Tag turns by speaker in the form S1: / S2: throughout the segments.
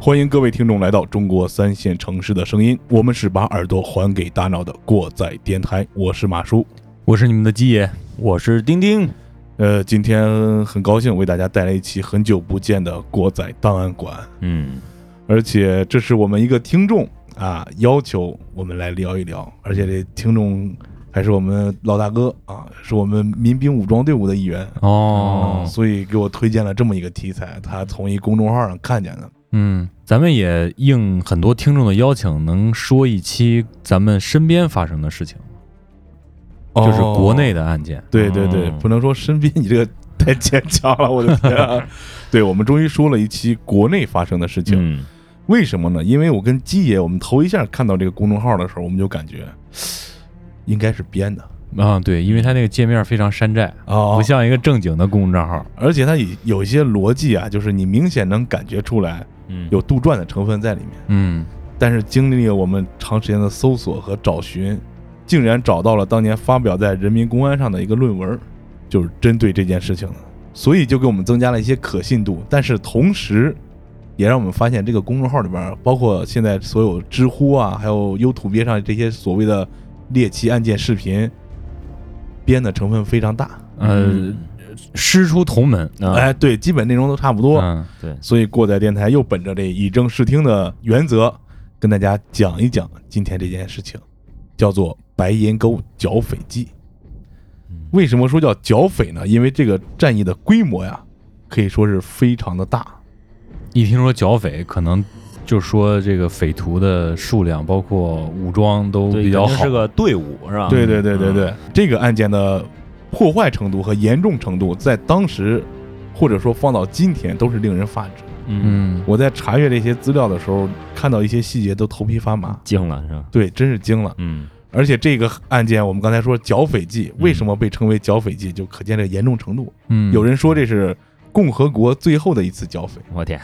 S1: 欢迎各位听众来到中国三线城市的声音，我们是把耳朵还给大脑的过载电台，我是马叔。
S2: 我是你们的鸡爷，我是丁丁。
S1: 呃，今天很高兴为大家带来一期很久不见的过载档案馆，
S2: 嗯，
S1: 而且这是我们一个听众啊要求我们来聊一聊，而且这听众还是我们老大哥啊，是我们民兵武装队伍的一员。
S2: 哦
S1: 嗯，所以给我推荐了这么一个题材，他从一公众号上看见的。
S2: 嗯，咱们也应很多听众的邀请，能说一期咱们身边发生的事情，就是国内的案件。
S1: 对对对，
S2: 嗯
S1: 不能说身边，你这个太牵强了，我的天、啊！对，我们终于说了一期国内发生的事情，
S2: 嗯
S1: 为什么呢？因为我跟鸡爷，我们头一下看到这个公众号的时候，我们就感觉 应该是编的
S2: 啊，对，因为他那个界面非常山寨，
S1: 哦
S2: 不像一个正经的公众账号。
S1: 而且它也有一些逻辑啊，就是你明显能感觉出来
S2: 嗯
S1: 有杜撰的成分在里面。
S2: 嗯，
S1: 但是经历了我们长时间的搜索和找寻，竟然找到了当年发表在《人民公安》上的一个论文，就是针对这件事情的，所以就给我们增加了一些可信度。但是同时，也让我们发现这个公众号里边，包括现在所有知乎啊，还有优土鳖上这些所谓的猎奇案件视频，编的成分非常大。
S2: 呃，
S3: 嗯
S2: 师出同门。
S1: 哎，对，基本内容都差不多。
S2: 嗯，
S3: 对，
S1: 所以过载电台又本着这以正视听的原则，跟大家讲一讲今天这件事情，叫做白银沟剿匪记。为什么说叫剿匪呢？因为这个战役的规模呀，可以说是非常的大。
S2: 一听说剿匪，可能就说这个匪徒的数量，包括武装都
S3: 对，
S2: 比较
S3: 肯定
S2: 好
S3: 是。个队伍是吧？嗯
S1: 对对对对对，这个案件的破坏程度和严重程度，在当时或者说放到今天都是令人发指。
S3: 嗯，
S2: 嗯，
S1: 我在查阅这些资料的时候，看到一些细节都头皮发麻。
S3: 惊了是吧？
S1: 对，真是惊了。
S3: 嗯，
S1: 而且这个案件，我们刚才说剿匪记，为什么被称为剿匪记，就可见这严重程度。
S2: 嗯，
S1: 有人说这是共和国最后的一次剿匪。
S3: 我天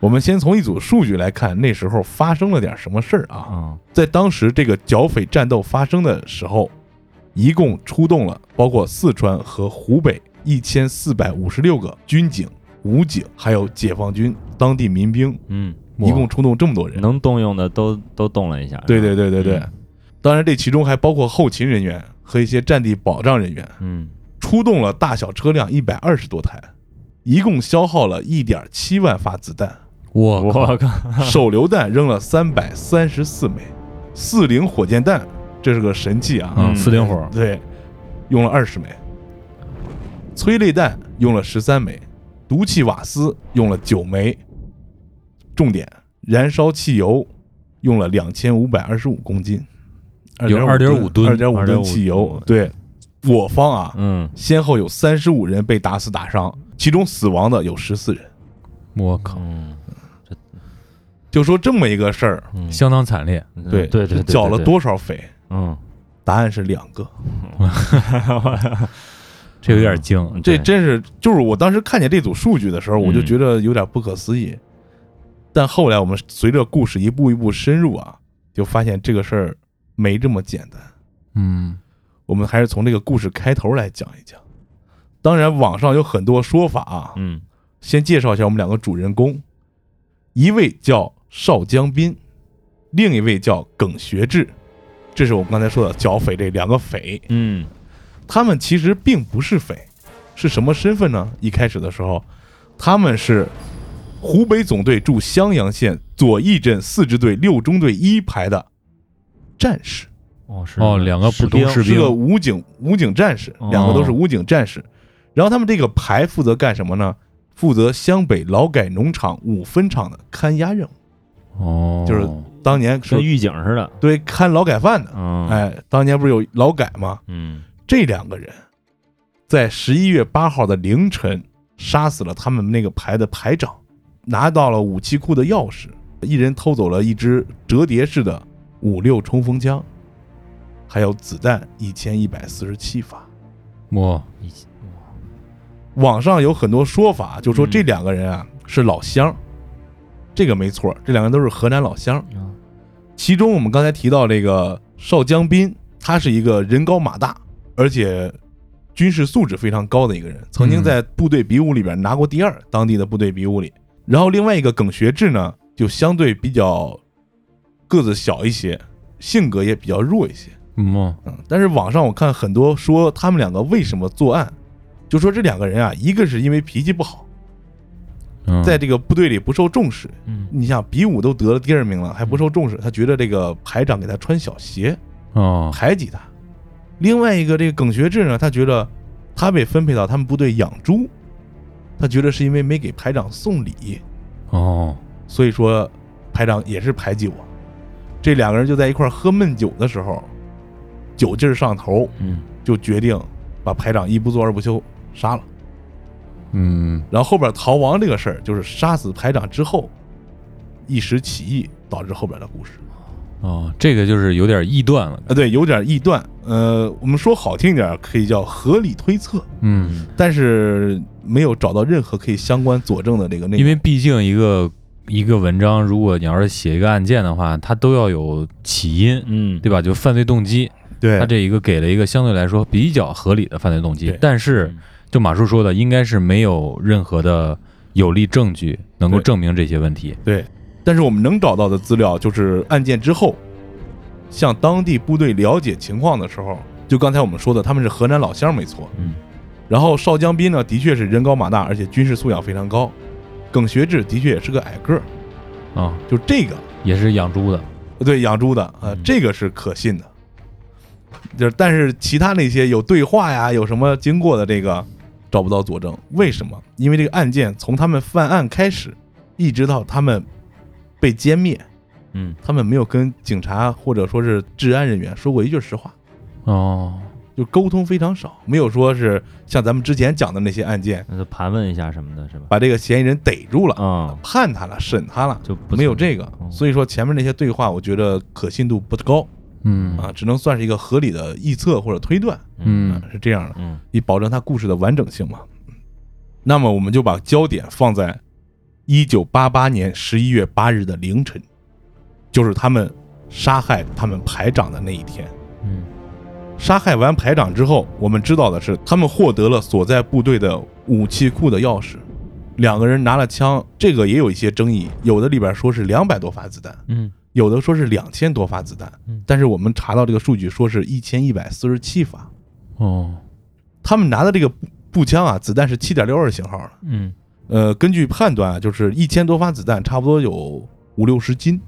S1: 我们先从一组数据来看，那时候发生了点什么事儿啊？
S3: 啊，
S1: 在当时这个剿匪战斗发生的时候，一共出动了包括四川和湖北一千四百五十六个军警、武警，还有解放军、当地民兵，
S3: 嗯，
S1: 一共出动这么多人。
S3: 能动用的都都动了一下，
S1: 对
S3: 是吧，
S1: 对对对对
S3: 嗯，
S1: 当然这其中还包括后勤人员和一些战地保障人员，
S3: 嗯，
S1: 出动了大小车辆一百二十多台，一共消耗了一点七万发子弹，
S2: 我
S3: 我
S2: 靠，
S3: 靠，
S1: 手榴弹扔了三百三十四枚，四零火箭弹这是个神器啊，
S2: 嗯，四零火，
S1: 对，用了二十枚，催泪弹用了十三枚，毒气瓦斯用了九枚，重点燃烧汽油用了两千五百二十五公斤，
S2: 有2.5吨
S1: 二点五吨汽油
S3: 2.5。
S1: 对，我方啊，
S3: 嗯，
S1: 先后有三十五人被打死打伤，其中死亡的有十四人。
S2: 我靠，
S3: 嗯，
S1: 就说这么一个事儿，
S3: 嗯
S2: 相当惨烈。
S3: 嗯
S1: 对
S3: 对对，对
S1: 缴了，
S3: 对
S1: 多少匪？
S3: 嗯，
S1: 答案是两个。
S2: 这有点惊。
S1: 这
S3: 对
S1: 真是就是我当时看见这组数据的时候，我就
S3: 嗯
S1: 觉得有点不可思议。但后来我们随着故事一步一步深入啊，就发现这个事儿没这么简单。
S2: 嗯
S1: 我们还是从这个故事开头来讲一讲。当然，网上有很多说法啊。
S3: 嗯
S1: 先介绍一下我们两个主人公，一位叫邵江斌，另一位叫耿学志。这是我们刚才说的剿匪这两个匪，
S3: 嗯
S1: 他们其实并不是匪，是什么身份呢？一开始的时候，他们是湖北总队驻襄阳县左翼镇四支队六中队一排的战士，
S3: 哦是
S2: 哦两个普通士
S1: 是
S2: 兵
S1: 个武警武警战士，两个都是武警战士。然后他们这个排负责干什么呢？负责湘北劳改农场五分厂的看押任务，
S2: 哦，
S1: 就是当年
S3: 跟
S1: 是
S3: 狱警似的，
S1: 对看劳改犯的。
S3: 嗯，，
S1: 哎，当年不是有劳改吗？
S3: 嗯，
S1: 这两个人在十一月八号的凌晨杀死了他们那个排的排长，拿到了武器库的钥匙，一人偷走了一支折叠式的五六冲锋枪，
S3: 嗯
S1: 还有子弹一千一百四十七发。
S2: 我
S3: 一起哇
S1: 网上有很多说法，就说
S3: 嗯
S1: 这两个人啊是老乡，这个没错，这两个人都是河南老乡。其中我们刚才提到这个邵江斌，他是一个人高马大，而且军事素质非常高的一个人，曾经在部队比武里边拿过第二，当地的部队比武里。然后另外一个耿学志呢，就相对比较个子小一些，性格也比较弱一些。
S2: 嗯哦
S1: 嗯，但是网上我看很多说他们两个为什么作案，就说这两个人啊，一个是因为脾气不好，
S2: 嗯，
S1: 在这个部队里不受重视。
S3: 嗯
S1: 你想比武都得了第二名了，还不受重视，他觉得这个排长给他穿小鞋
S2: 嗯哦，
S1: 排挤他。另外一个这个耿学志呢，他觉得他被分配到他们部队养猪，他觉得是因为没给排长送礼，
S2: 哦，
S1: 所以说排长也是排挤我。这两个人就在一块儿喝闷酒的时候，酒劲儿上头，
S3: 嗯
S1: 就决定把排长一不做二不休杀了。
S2: 嗯，
S1: 然后后边逃亡这个事儿，就是杀死排长之后，一时起义导致后边的故事。
S2: 哦，这个就是有点臆断了，
S1: 啊，对，有点臆断。呃，我们说好听点儿，可以叫合理推测，
S2: 嗯，
S1: 但是没有找到任何可以相关佐证的这个内容。
S2: 因为毕竟一个一个文章，如果你要是写一个案件的话，它都要有起因，
S3: 嗯，
S2: 对吧？就犯罪动机，
S1: 对
S2: 它这一个给了一个相对来说比较合理的犯罪动机
S1: 对，
S2: 但
S3: 嗯
S2: 是就马叔说的，应该是没有任何的有力证据能够
S1: 对
S2: 证明这些问题。
S1: 对，但是我们能找到的资料就是案件之后，向当地部队了解情况的时候，就刚才我们说的，他们是河南老乡没错。
S3: 嗯。
S1: 然后邵江斌呢，的确是人高马大，而且军事素养非常高。耿学志的确也是个矮个儿，
S2: 啊、
S1: 就这个
S2: 也是养猪的，
S1: 对养猪的啊、呃
S2: 嗯
S1: 这个是可信的。就是但是其他那些有对话呀，有什么经过的这个找不到佐证，为什么？因为这个案件从他们犯案开始，一直到他们被歼灭，
S3: 嗯，
S1: 他们没有跟警察或者说是治安人员说过一句实话，
S2: 哦，
S1: 就沟通非常少，没有说是像咱们之前讲的那些案件，
S3: 那就盘问一下什么的，是吧？
S1: 把这个嫌疑人逮住了，
S3: 啊，
S1: 判他了，审他了，
S3: 就不
S1: 没有
S3: 存在
S1: 这个，
S3: 嗯
S1: 所以说前面那些对话，我觉得可信度不高
S2: 嗯
S1: 啊，只能算是一个合理的臆测或者推断啊
S2: 嗯，
S1: 是这样的，
S3: 嗯
S1: 以保证他故事的完整性嘛。那么我们就把焦点放在一九八八年十一月八日的凌晨，就是他们杀害他们排长的那一天。
S3: 嗯
S1: 杀害完排长之后，我们知道的是，他们获得了所在部队的武器库的钥匙。两个人拿了枪，这个也有一些争议，有的里边说是两百多发子弹，
S3: 嗯
S1: 有的说是两千多发子弹
S3: 嗯，
S1: 但是我们查到这个数据说是一千一百四十七发。
S3: 嗯
S2: 哦，
S1: 他们拿的这个步步枪啊，子弹是七点六二型号的。
S3: 嗯
S1: 呃，根据判断啊，就是一千多发子弹，差不多有五六十斤。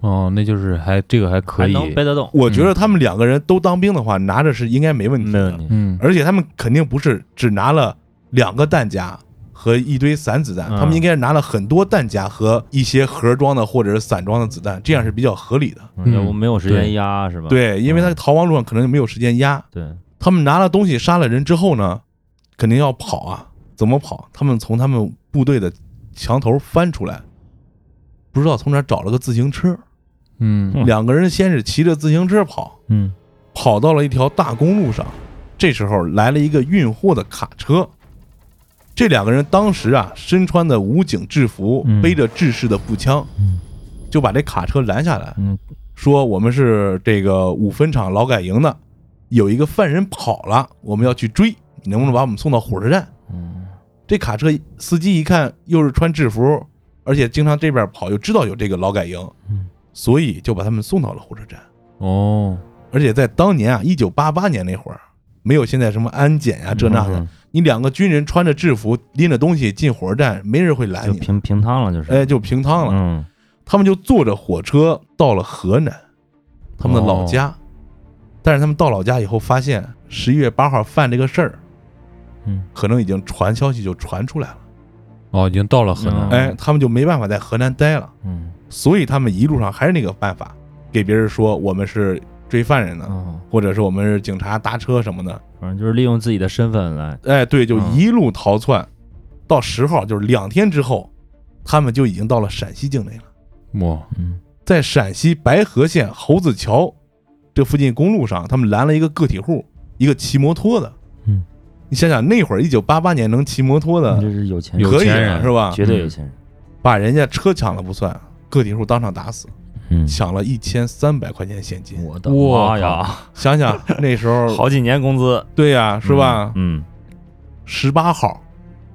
S2: 哦，那就是还这个还可
S3: 还
S2: 以，
S3: 能背得动，
S1: 我觉得他们两个人都当兵的话，拿着是应该没问题
S3: 嗯没
S1: 的。
S3: 问题。
S2: 嗯
S1: 而且他们肯定不是只拿了两个弹夹和一堆散子弹，
S3: 嗯
S1: 他们应该是拿了很多弹夹和一些盒装的或者是散装的子弹，这样是比较合理的。
S2: 嗯
S3: 要不没有时
S2: 对
S3: 间压是吧？
S1: 对，因为
S3: 嗯
S1: 他逃亡路上可能就没有时间压。
S3: 对，
S1: 他们拿了东西杀了人之后呢，肯定要跑啊，怎么跑？他们从他们部队的墙头翻出来，不知道从哪儿找了个自行车，
S2: 嗯
S1: 两个人先是骑着自行车跑，
S3: 嗯
S1: 跑到了一条大公路上，这时候来了一个运货的卡车。这两个人当时啊，身穿的武警制服，
S3: 嗯
S1: 背着制式的步枪，
S3: 嗯
S1: 就把这卡车拦下来，
S3: 嗯
S1: 说我们是这个五分厂劳改营的，有一个犯人跑了，我们要去追，你能不能把我们送到火车站？
S3: 嗯
S1: 这卡车司机一看又是穿制服，而且经常这边跑，又知道有这个劳改营
S3: 嗯，
S1: 所以就把他们送到了火车站。
S2: 哦，
S1: 而且在当年啊，一九八八年那会儿，没有现在什么安检呀、这那的，
S3: 嗯
S1: 你两个军人穿着制服，拎着东西进火车站，没人会拦
S3: 就
S1: 你，
S3: 平平趟了，就是
S1: 哎，就平趟了。
S3: 嗯
S1: 他们就坐着火车到了河南，他们的老家。
S3: 哦
S1: 但是他们到老家以后，发现十一月八号犯这个事儿，
S3: 嗯，
S1: 可能已经传消息就传出来了，
S2: 哦，已经到了河南了，
S1: 哎，他们就没办法在河南待了，
S3: 嗯
S1: 所以他们一路上还是那个办法，给别人说我们是追犯人的，
S3: 嗯，
S1: 或者是我们是警察搭车什么的，
S3: 反正就是利用自己的身份来，
S1: 哎，对，就
S3: 嗯
S1: 一路逃窜，到十号，就是两天之后，他们就已经到了陕西境内了。
S2: 哇，
S3: 嗯
S1: 在陕西白河县猴子桥这附近公路上，他们拦了一个个体户，一个骑摩托的。
S3: 嗯，
S1: 你想想那会儿一九八八年能骑摩托
S3: 你
S1: 的
S3: 这是有钱
S2: 有
S3: 人，
S1: 可以
S2: 钱
S1: 了
S2: 人
S1: 是吧？
S3: 绝对有钱人。
S1: 把人家车抢了不算，个体户当场打死，
S3: 嗯，
S1: 抢了一千三百块钱现金。
S3: 我的
S2: 我
S3: 妈嗯呀，
S1: 想想那时候，
S3: 好几年工资
S1: 对呀、是吧？
S3: 嗯
S1: 十八号，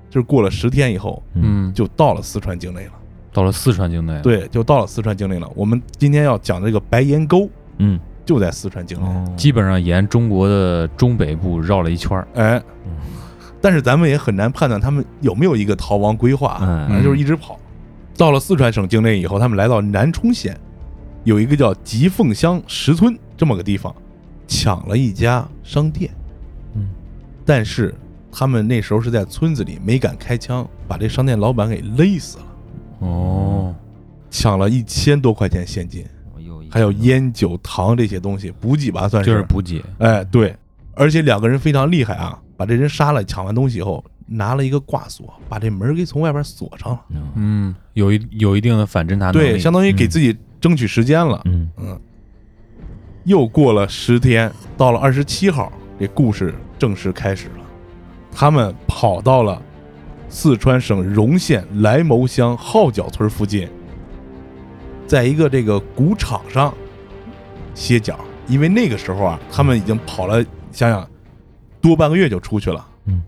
S1: 就是过了十天以后，
S3: 嗯
S2: 嗯，
S1: 就到了四川境内了。
S2: 到了四川境内，，
S1: 对，就到了四川境内了。我们今天要讲的这个白岩沟，
S3: 嗯，
S1: 就在四川境内。
S3: 哦
S2: 基本上沿中国的中北部绕了一圈儿。
S1: 哎
S3: 嗯，
S1: 但是咱们也很难判断他们有没有一个逃亡规划啊，
S3: 嗯
S1: 反正就是一直跑。到了四川省境内以后，他们来到南充县，有一个叫吉凤乡石村这么个地方，抢了一家商店。
S3: 嗯，
S1: 但是他们那时候是在村子里，没敢开枪，把这商店老板给勒死了，
S2: 哦，
S1: 抢了一千多块钱现金，
S3: 我又哦一
S1: 还有烟酒糖这些东西补给吧，算
S2: 嗯就是补给，
S1: 哎，对，而且两个人非常厉害啊，把这人杀了，抢完东西以后，拿了一个挂锁，把这门给从外边锁上了。
S3: 嗯
S2: 嗯，有一有一定的反侦查能力，
S1: 对，相当于给
S3: 嗯
S1: 自己争取时间了。
S3: 嗯
S1: 嗯，又过了十天，到了二十七号，这故事正式开始了。他们跑到了四川省荣县莱牟乡号角村附近，在一个这个谷场上歇脚，因为那个时候啊，他们已经跑了，想想多半个月就出去了，
S3: 嗯，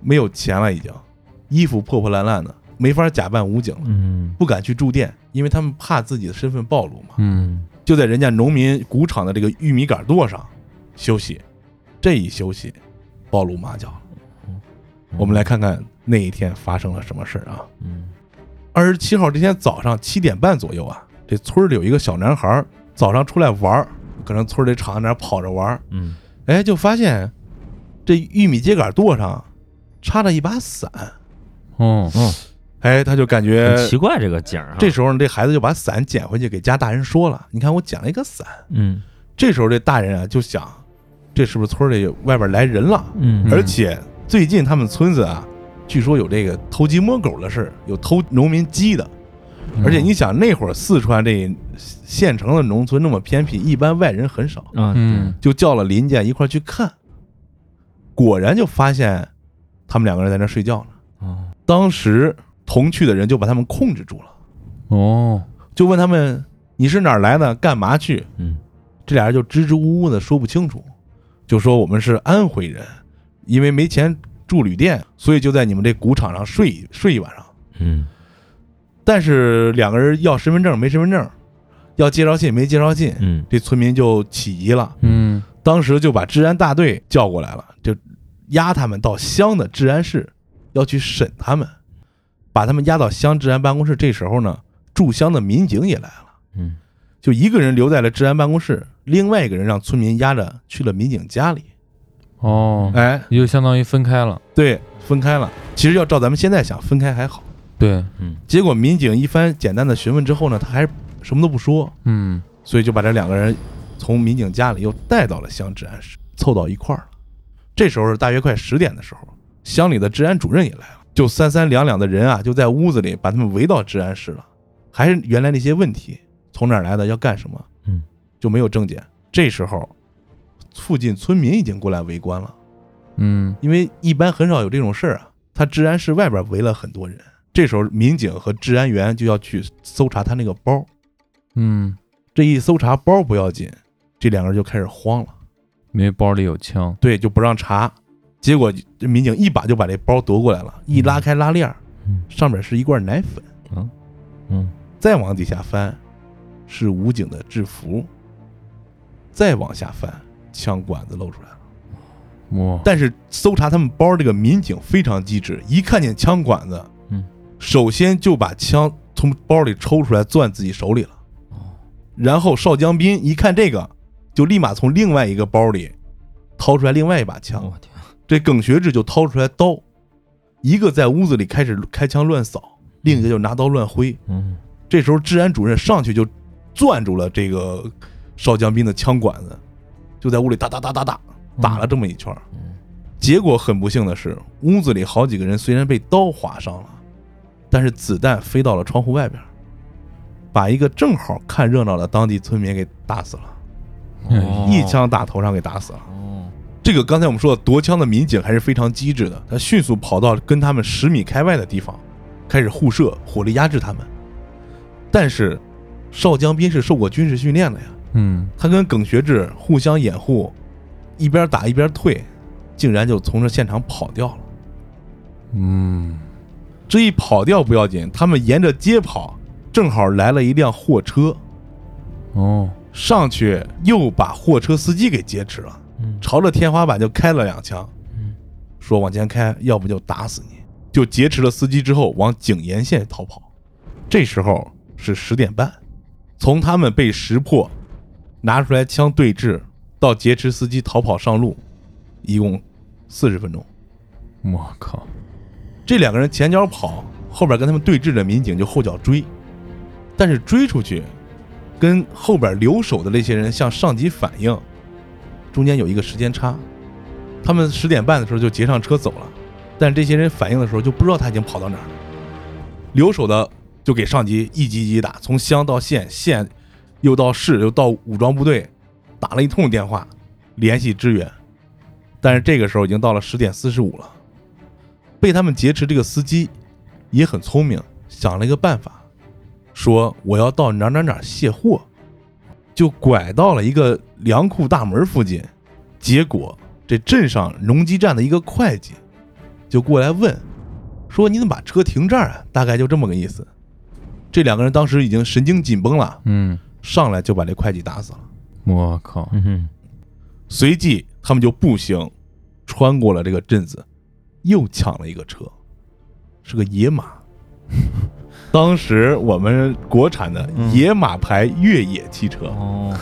S1: 没有钱了，已经衣服破破烂烂的，没法假扮武警了，
S3: 嗯
S1: 不敢去住店，因为他们怕自己的身份暴露嘛。
S2: 嗯，
S1: 就在人家农民谷场的这个玉米杆垛上休息。这一休息，暴露马脚了
S3: 嗯。
S1: 我们来看看那一天发生了什么事儿啊？
S3: 嗯
S1: 二十七号这天早上七点半左右啊，这村儿里有一个小男孩儿早上出来玩儿，可能村儿里场上那儿跑着玩儿，
S3: 嗯
S1: 哎，就发现这玉米秸秆垛上插着一把伞，
S2: 哦，
S1: 哎，他就感觉
S3: 嗯很奇怪这个景儿啊，
S1: 这时候呢，这孩子就把伞捡回去给家大人说了，你看我捡了一个伞。
S3: 嗯
S1: 这时候这大人啊就想，这是不是村里外边来人了？
S3: 嗯
S1: 而且最近他们村子啊，据说有这个偷鸡摸狗的事儿，有偷农民鸡的。
S2: 嗯
S1: 而且你想，那会儿四川这县城的农村那么偏僻，一般外人很少，
S3: 啊
S2: 嗯，
S1: 就叫了邻家一块儿去看。果然就发现他们两个人在那儿睡觉呢。
S3: 哦
S1: 当时同去的人就把他们控制住了，
S2: 哦，
S1: 就问他们你是哪儿来的，干嘛去？
S3: 嗯
S1: 这俩人就支支吾吾的说不清楚，就说我们是安徽人，因为没钱住旅店，所以就在你们这谷场上睡一睡一晚上。
S3: 嗯
S1: 但是两个人要身份证没身份证，要介绍信没介绍信，
S3: 嗯
S1: 这村民就起疑了，
S2: 嗯
S1: 当时就把治安大队叫过来了，就押他们到乡的治安室，要去审他们，把他们押到乡治安办公室。这时候呢，驻乡的民警也来了。
S3: 嗯
S1: 就一个人留在了治安办公室，另外一个人让村民押着去了民警家里。
S2: 哦，
S1: 哎，
S2: 就相当于分开了，
S1: 对，分开了。其实要照咱们现在想，分开还好。
S2: 对，
S1: 结果民警一番简单的询问之后呢，他还是什么都不说，
S2: 嗯，
S1: 所以就把这两个人从民警家里又带到了乡治安室，凑到一块儿了。这时候是大约快十点的时候，乡里的治安主任也来了，就三三两两的人啊，就在屋子里把他们围到治安室了，还是原来那些问题，从哪儿来的，要干什么，
S3: 嗯，
S1: 就没有证件。这时候，附近村民已经过来围观了，
S2: 嗯，
S1: 因为一般很少有这种事儿啊。他治安室外边围了很多人，这时候民警和治安员就要去搜查他那个包，
S2: 嗯，
S1: 这一搜查包不要紧，这两个人就开始慌了，
S2: 因为包里有枪，
S1: 对，就不让查。结果这民警一把就把这包夺过来了，一拉开拉链儿
S3: 嗯，
S1: 上面是一罐奶粉，
S3: 嗯
S1: 再往底下翻是武警的制服，再往下翻枪管子露出来了。
S2: 哇，
S1: 但是搜查他们包这个民警非常机智，一看见枪管子，
S3: 嗯，
S1: 首先就把枪从包里抽出来攥自己手里了。然后邵江斌一看这个，就立马从另外一个包里掏出来另外一把枪。
S3: 我天
S1: 这耿学志就掏出来刀，一个在屋子里开始开枪乱扫，另一个就拿刀乱挥。
S3: 嗯
S1: 这时候治安主任上去就攥住了这个邵江斌的枪管子，就在屋里哒哒哒哒哒打了这么一圈儿。
S3: 嗯
S1: 结果很不幸的是，屋子里好几个人虽然被刀划伤了，但是子弹飞到了窗户外边儿，把一个正好看热闹的当地村民给打死了，
S2: 哎
S1: 一枪打头上给打死了。
S3: 哦
S1: 这个刚才我们说的夺枪的民警还是非常机智的，他迅速跑到跟他们十米开外的地方，开始互射，火力压制他们。但是少江斌是受过军事训练的呀，
S2: 嗯，
S1: 他跟耿学志互相掩护，一边打一边退，竟然就从这现场跑掉了。
S2: 嗯，
S1: 这一跑掉不要紧，他们沿着街跑，正好来了一辆货车，
S2: 哦，
S1: 上去又把货车司机给劫持了，
S3: 嗯
S1: 朝着天花板就开了两枪，说往前开，要不就打死你。就劫持了司机之后，往景延县逃跑。这时候是十点半，从他们被识破，拿出来枪对峙，到劫持司机逃跑上路，一共四十分钟。
S2: 我靠，
S1: 这两个人前脚跑，后边跟他们对峙的民警就后脚追，但是追出去，跟后边留守的那些人向上级反映，中间有一个时间差，他们十点半的时候就劫上车走了，但这些人反应的时候就不知道他已经跑到哪儿了，留守的就给上级一级一级打，从乡到县，县又到市，又到武装部队，打了一通电话联系支援，但是这个时候已经到了十点四十五了。被他们劫持这个司机也很聪明，想了一个办法，说我要到哪儿哪儿哪儿卸货，就拐到了一个粮库大门附近。结果这镇上农机站的一个会计就过来问，说你怎么把车停这儿啊？大概就这么个意思。这两个人当时已经神经紧绷了，
S2: 嗯，
S1: 上来就把这会计打死了。
S2: 我靠，
S3: 嗯哼，
S1: 随即他们就步行穿过了这个镇子，又抢了一个车，是个野 马。当时我们国产的野马牌越野汽车，
S3: 嗯哦，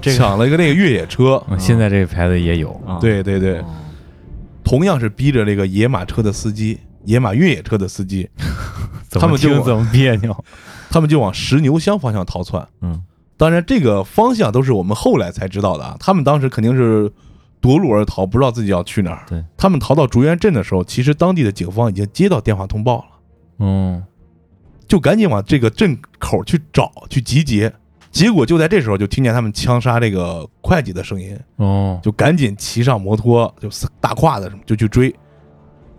S3: 这个
S1: 抢了一个那个越野车。
S2: 啊现在这个牌子也有，
S3: 啊，
S1: 对对对，
S3: 哦
S1: 同样是逼着那个野马车的司机，野马越野车的司机，
S2: 怎
S1: 他
S2: 么
S1: 们就
S2: 听怎 么别扭，
S1: 他们就往石牛乡方向逃窜。
S3: 嗯
S1: 当然，这个方向都是我们后来才知道的啊。他们当时肯定是夺路而逃，不知道自己要去哪儿。
S3: 对，
S1: 他们逃到竹园镇的时候，其实当地的警方已经接到电话通报了，
S2: 嗯，
S1: 就赶紧往这个镇口去找去集结。结果就在这时候，就听见他们枪杀这个会计的声音，
S2: 哦，
S1: 就赶紧骑上摩托，就是大胯子什么就去追。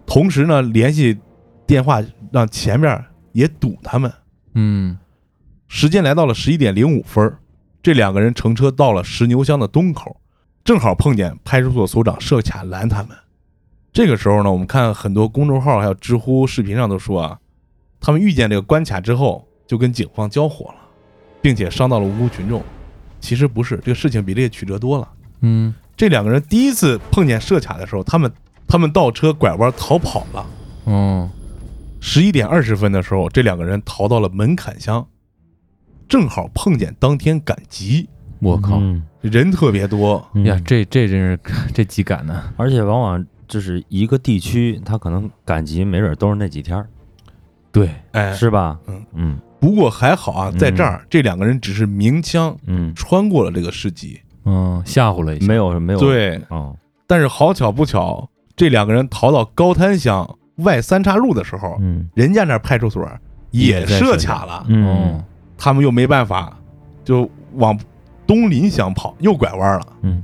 S1: 同时呢，联系电话让前面也堵他们。
S2: 嗯，
S1: 时间来到了十一点零五分儿，这两个人乘车到了石牛乡的东口，正好碰见派出所所长设卡拦他们。这个时候呢，我们看很多公众号还有知乎视频上都说啊，他们遇见这个关卡之后就跟警方交火了，并且伤到了无辜群众。其实不是，这个事情比这个曲折多了。
S2: 嗯，
S1: 这两个人第一次碰见设卡的时候，他们他们倒车拐弯逃跑了。
S2: 哦，
S1: 十一点二十分的时候，这两个人逃到了门槛乡，正好碰见当天赶集，
S2: 我靠，
S3: 嗯
S1: 人特别多。
S3: 嗯
S2: 呀，这这真是 这几感呢，
S3: 而且往往就是一个地区，它可能赶集没准都是那几天儿，
S2: 对，
S1: 哎，
S3: 是吧？
S1: 嗯
S3: 嗯
S1: 不过还好啊，在这儿、这两个人只是鸣枪
S3: 嗯，
S1: 穿过了这个市集。
S2: 嗯，吓唬了一下，
S3: 没有
S1: 哎
S3: 没有，，
S1: 对，
S3: 哦，
S1: 但是好巧不巧，这两个人逃到高滩乡外三岔路的时候，
S3: 嗯
S1: 人家那派出所也设卡了，
S2: 哦
S3: 嗯，
S1: 他们又没办法，就往东林乡跑，又拐弯了。
S3: 嗯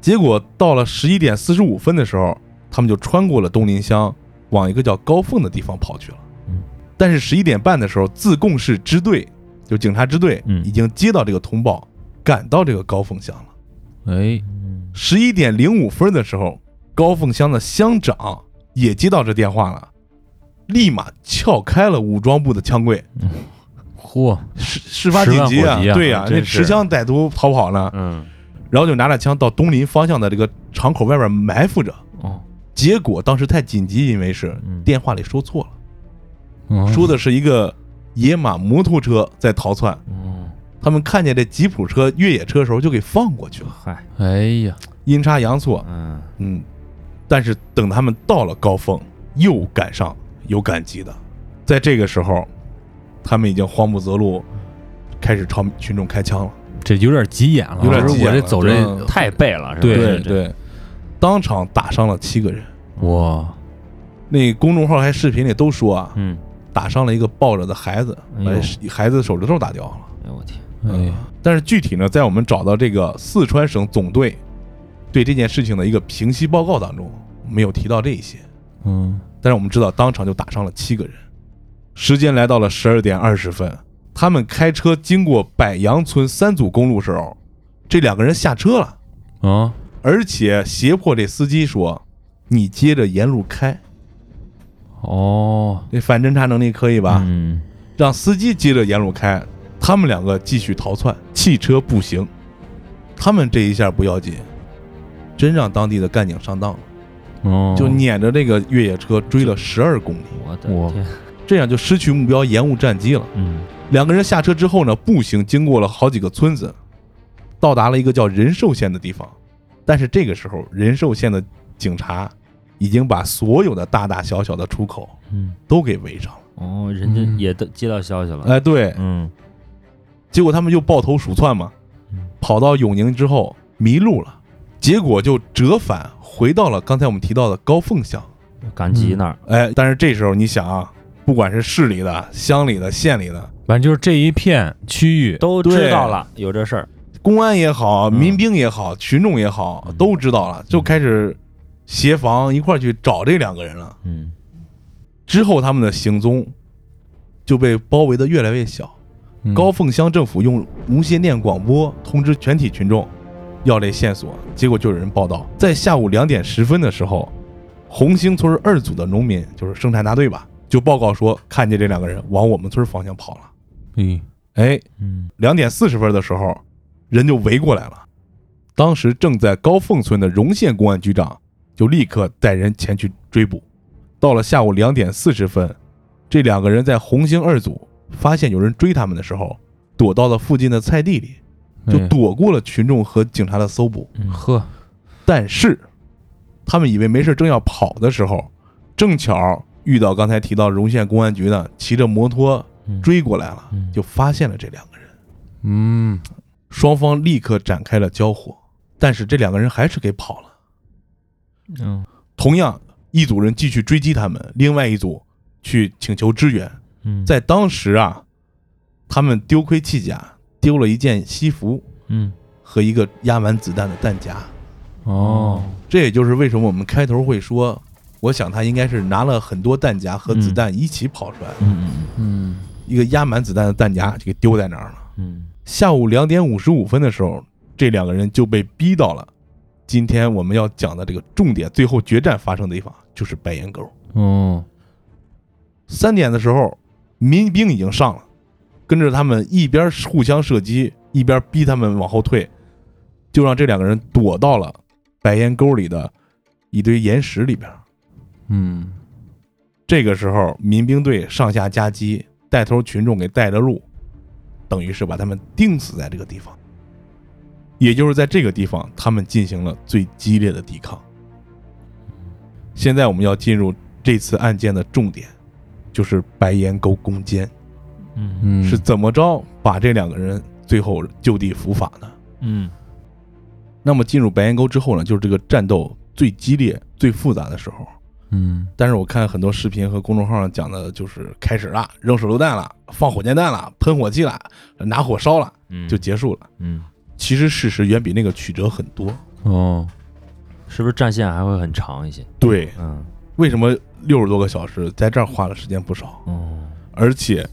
S1: 结果到了十一点四十五分的时候，他们就穿过了东林乡，往一个叫高凤的地方跑去了
S3: 嗯。
S1: 但是十一点半的时候，自贡市支队就警察支队
S3: 嗯
S1: 已经接到这个通报，赶到这个高凤乡了。
S2: 哎，
S3: 嗯
S1: 十一点零五分的时候，高凤乡的乡长也接到这电话了，立马撬开了武装部的枪柜。
S2: 嚯，
S1: 事事发紧急
S2: 十万
S1: 啊
S2: 火急，啊
S1: 对呀、
S2: 真
S1: 那
S2: 是
S1: 持枪歹徒逃跑呢，
S3: 嗯
S1: 然后就拿着枪到东林方向的这个场口外边埋伏着。
S3: 哦
S1: 结果当时太紧急，因为是
S3: 嗯
S1: 电话里说错了，
S2: 嗯
S1: 说的是一个野马摩托车在逃窜。
S2: 嗯
S3: 哦，
S1: 他们看见这吉普车、越野车的时候就给放过去了，
S3: 嗨，
S2: 哎呀，
S1: 阴差阳错。
S3: 嗯
S1: 嗯，但是等他们到了高峰，又赶上有赶集的，在这个时候，他们已经慌不择路，开始朝群众开枪了。
S2: 这有点急眼了，
S1: 有点
S2: 就是
S1: 急眼
S2: 我这
S1: 了
S2: 走
S1: 对
S2: 这
S3: 太背了，是吧？
S2: 对
S1: 对
S3: 对，
S1: 对，当场打伤了七个人。
S2: 哇，
S1: 那公众号还视频里都说啊，
S3: 嗯，
S1: 打伤了一个抱着的孩子，
S3: 哎呦
S1: 把孩子手指头打掉了。
S3: 哎呦我天，
S2: 哎
S1: 嗯，但是具体呢，在我们找到这个四川省总队对这件事情的一个评析报告当中没有提到这一些，
S2: 嗯，
S1: 但是我们知道当场就打伤了七个人。时间来到了十二点二十分，他们开车经过百杨村三组公路时候，这两个人下车了，
S2: 啊，
S1: 而且胁迫这司机说：“你接着沿路开。
S2: 嗯哦”，
S1: 这反侦查能力可以
S3: 啊
S1: 吧？
S2: 嗯，
S1: 让司机接着沿路开，他们两个继续逃窜，汽车步行。他们这一下不要紧，真让当地的干警上当了，
S2: 哦，
S1: 就撵着这个越野车追了十二公里，
S3: 我的
S2: 我
S3: 天，
S1: 这样就失去目标，延误战机了。
S3: 嗯，
S1: 两个人下车之后呢，步行经过了好几个村子，到达了一个叫仁寿县的地方。但是这个时候，仁寿县的警察已经把所有的大大小小的出口
S3: 嗯，
S1: 都给围上了。
S3: 哦，人家
S2: 嗯
S3: 也都接到消息了，
S1: 哎，对，
S3: 嗯，
S1: 结果他们又抱头鼠窜嘛
S3: 嗯，
S1: 跑到永宁之后迷路了，结果就折返回到了刚才我们提到的高凤乡。
S3: 赶集那儿，
S2: 嗯
S1: 哎，但是这时候你想啊，不管是市里的、乡里的、县里的，
S2: 反正就是这一片区域，
S3: 都
S1: 对
S3: 知道了有这事儿，
S1: 公安也好，
S3: 嗯
S1: 民兵也好，群众也好，
S3: 嗯
S1: 都知道了，就开始协防一块儿去找这两个人了。
S3: 嗯，
S1: 之后他们的行踪就被包围的越来越小。
S2: 嗯
S1: 高凤乡政府用无线电广播通知全体群众要这线索，结果就有人报道，在下午两点十分的时候，红星村二组的农民就是生产大队吧，就报告说看见这两个人往我们村方向跑了。
S2: 咦，
S1: 哎，
S3: 嗯，
S1: 两点四十分的时候，人就围过来了。当时正在高凤村的荣县公安局长就立刻带人前去追捕。到了下午两点四十分，这两个人在红星二组发现有人追他们的时候，躲到了附近的菜地里，
S3: 嗯
S1: 就
S2: 哎
S1: 躲过了群众和警察的搜捕。
S2: 呵，
S1: 但是，他们以为没事正要跑的时候，正巧遇到刚才提到荣县公安局的骑着摩托
S3: 嗯，
S1: 追过来了，
S3: 嗯
S1: 就发现了这两个人。
S2: 嗯，
S1: 双方立刻展开了交火，但是这两个人还是给跑了。
S3: 嗯
S1: 同样，一组人继续追击他们，另外一组去请求支援。
S3: 嗯，
S1: 在当时啊，他们丢盔弃甲，丢了一件西服
S3: 嗯，
S1: 和一个压满子弹的弹夹。
S2: 哦，
S1: 这也就是为什么我们开头会说，我想他应该是拿了很多弹夹和子弹一起跑出来的，
S3: 嗯
S2: 嗯，
S1: 一个压满子弹的弹夹就给丢在那儿了。
S3: 嗯嗯，
S1: 下午两点五十五分的时候，这两个人就被逼到了今天我们要讲的这个重点最后决战发生的地方，就是白岩沟。
S2: 哦，
S1: 三点的时候，民兵已经上了，跟着他们一边互相射击，一边逼他们往后退，就让这两个人躲到了白岩沟里的一堆岩石里边。
S2: 嗯，
S1: 这个时候，民兵队上下夹击，带头群众给带着路，等于是把他们钉死在这个地方。也就是在这个地方，他们进行了最激烈的抵抗。现在我们要进入这次案件的重点，就是白岩沟攻坚
S3: 嗯
S2: 嗯，
S1: 是怎么着把这两个人最后就地伏法的。
S3: 嗯
S1: 那么进入白岩沟之后呢，就是这个战斗最激烈、最复杂的时候。
S2: 嗯，
S1: 但是我看很多视频和公众号上讲的，就是开始了，扔手榴弹了，放火箭弹了，喷火器了，拿火烧了，
S3: 嗯，
S1: 就结束了。
S3: 嗯，
S1: 其实事实远比那个曲折很多。
S2: 哦，
S3: 是不是战线还会很长一些？
S1: 对，
S3: 嗯，
S1: 为什么六十多个小时在这儿花了时间不少？
S3: 哦，
S1: 而且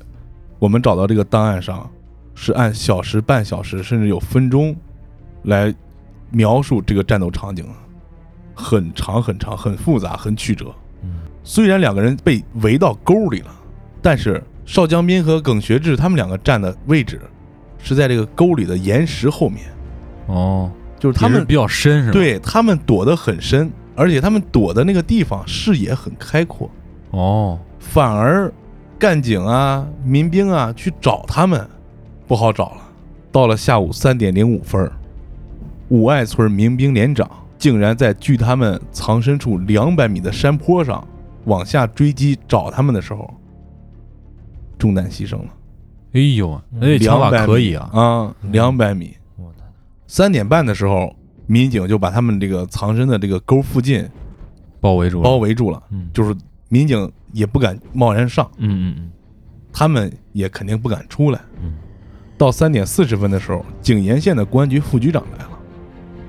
S1: 我们找到这个档案上是按小时、半小时，甚至有分钟来描述这个战斗场景的，很长很长，很复杂，很曲折。
S3: 嗯
S1: 虽然两个人被围到沟里了，但是邵江斌和耿学志他们两个站的位置是在这个沟里的岩石后面，
S2: 哦，
S1: 就是他
S2: 也
S1: 们
S2: 是比较深是吧？，
S1: 对他们躲得很深，而且他们躲的那个地方视野很开阔，
S2: 哦，
S1: 反而干警啊、民兵啊去找他们不好找了。到了下午三点零五分儿，五爱村民兵连长竟然在距他们藏身处两百米的山坡上往下追击找他们的时候，中弹牺牲了。
S2: 哎呦，那这想
S1: 两
S2: 法
S1: 百
S2: 可以啊，
S1: 啊，两百米。
S3: 我的，
S1: 三点半的时候，民警就把他们这个藏身的这个沟附近
S2: 包围住了，
S1: 包围住了，
S3: 嗯
S1: 就是民警也不敢贸然上，
S3: 嗯嗯
S1: 他们也肯定不敢出来。
S3: 嗯
S1: 到三点四十分的时候，景延县的公安局副局长来了，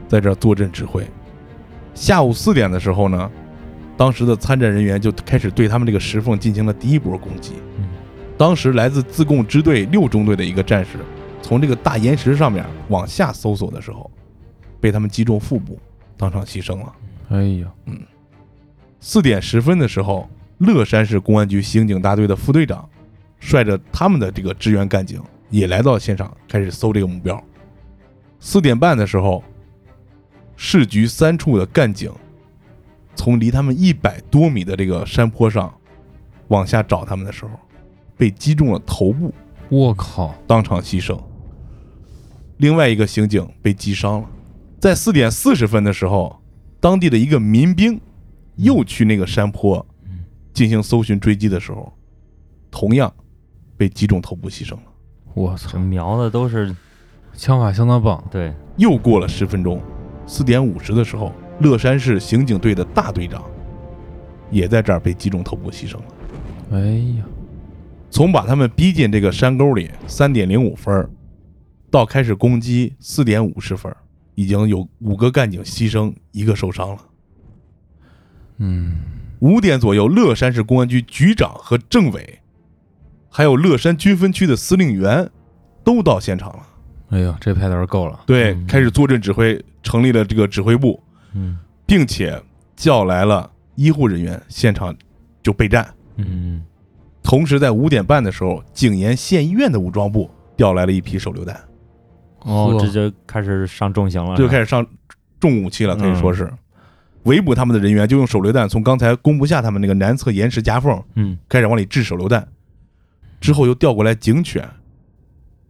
S1: 在这儿坐镇指挥。
S3: 嗯
S1: 下午四点的时候呢，当时的参战人员就开始对他们这个石缝进行了第一波攻击。
S2: 嗯
S1: 当时来自自贡支队六中队的一个战士，从这个大岩石上面往下搜索的时候，被他们击中腹部，当场牺牲了。
S2: 哎呀，
S1: 四点十分的时候，乐山市公安局刑警大队的副队长率着他们的这个支援干警也来到现场，开始搜这个目标。四点半的时候，市局三处的干警从离他们一百多米的这个山坡上往下找他们的时候，被击中了头部，
S2: 我靠，
S1: 当场牺牲。另外一个刑警被击伤了。在四点四十分的时候，当地的一个民兵又去那个山坡
S2: 嗯
S1: 进行搜寻追击的时候，同样被击中头部牺牲了。
S2: 我
S3: 这
S2: 操，
S3: 瞄的都是
S2: 枪法相当棒，
S3: 对，
S1: 又过了十分钟，四点五十的时候，乐山市刑警队的大队长也在这儿被击中头部牺牲了。
S2: 哎呀，
S1: 从把他们逼进这个山沟里三点零五分儿，到开始攻击四点五十分儿，已经有五个干警牺牲，一个受伤了。
S2: 嗯，
S1: 五点左右，乐山市公安局局长和政委，还有乐山军分区的司令员，都到现场了。
S2: 哎呀，这派头够了，
S1: 对，
S3: 嗯
S1: 开始坐镇指挥，成立了这个指挥部，
S3: 嗯
S1: 并且叫来了医护人员，现场就备战。
S3: 嗯
S1: 同时，在五点半的时候，景延县医院的武装部调来了一批手榴弹，
S3: 哦，
S2: 呵
S3: 这就开始上重型了，
S1: 就开
S3: 始
S1: 始上重武器了，可以说
S3: 啊嗯
S1: 是。围捕他们的人员就用手榴弹从刚才攻不下他们那个南侧岩石夹缝
S3: 嗯
S1: 开始往里掷手榴弹，之后又调过来警犬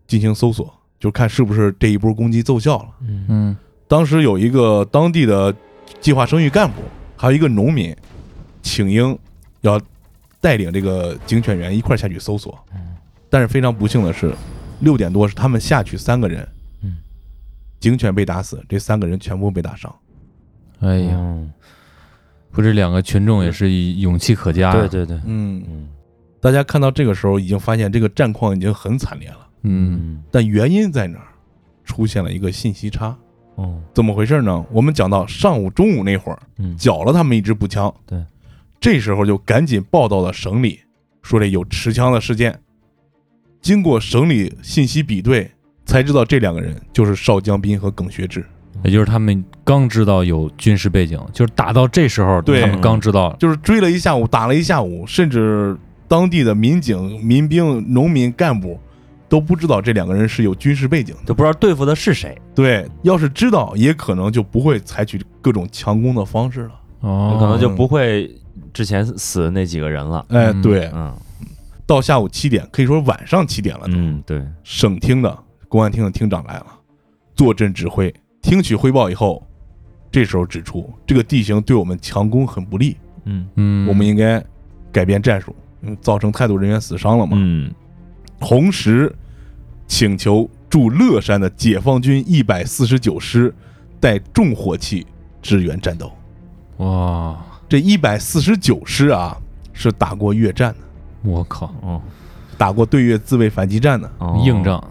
S1: 进行搜索，就看是不是这一波攻击奏效了。
S3: 嗯
S2: 嗯，
S1: 当时有一个当地的计划生育干部，还有一个农民，请缨要带领这个警犬员一块儿下去搜索
S3: 嗯。
S1: 但是非常不幸的是，六点多是他们下去三个人，
S3: 嗯，
S1: 警犬被打死，这三个人全部被打伤。
S2: 哎
S3: 哎
S2: 呀，
S3: 呀，
S2: 不，这两个群众也是以勇气可嘉，啊
S3: 对，对对，
S1: 嗯，
S3: 嗯
S1: 大家看到这个时候已经发现这个战况已经很惨烈了，
S2: 嗯，
S3: 嗯
S1: 但原因在哪儿？出现了一个信息差。
S3: 哦
S1: 怎么回事呢？我们讲到上午、中午那会儿，
S3: 嗯
S1: 缴了他们一支步枪。
S3: 对，
S1: 这时候就赶紧报到了省里，说这有持枪的事件。经过省里信息比对，才知道这两个人就是邵江斌和耿学志。
S2: 也就是他们刚知道有军事背景，就是打到这时候，
S1: 对
S2: 他们刚知道，
S1: 就是追了一下午，打了一下午，甚至当地的民警、民兵、农民干部都不知道这两个人是有军事背景的。
S3: 都不知道对付的是谁，
S1: 对，要是知道，也可能就不会采取各种强攻的方式了。
S2: 哦，
S3: 可能就不会之前死的那几个人了。
S1: 哎，
S2: 嗯
S1: 对，
S3: 嗯
S1: 到下午七点，可以说晚上七点了。
S3: 嗯，对，
S1: 省厅的公安厅的厅长来了，坐镇指挥，听取汇报以后，这时候指出这个地形对我们强攻很不利，
S3: 嗯
S2: 嗯，
S1: 我们应该改变战术，嗯，造成太多人员死伤了嘛。
S3: 嗯
S1: 同时，请求驻乐山的解放军一百四十九师带重火器支援战斗。
S2: 哇，
S1: 这一百四十九师啊，是打过越战的，
S2: 我靠，
S3: 哦
S1: 打过对越自卫反击战的，
S3: 哦
S2: 硬仗，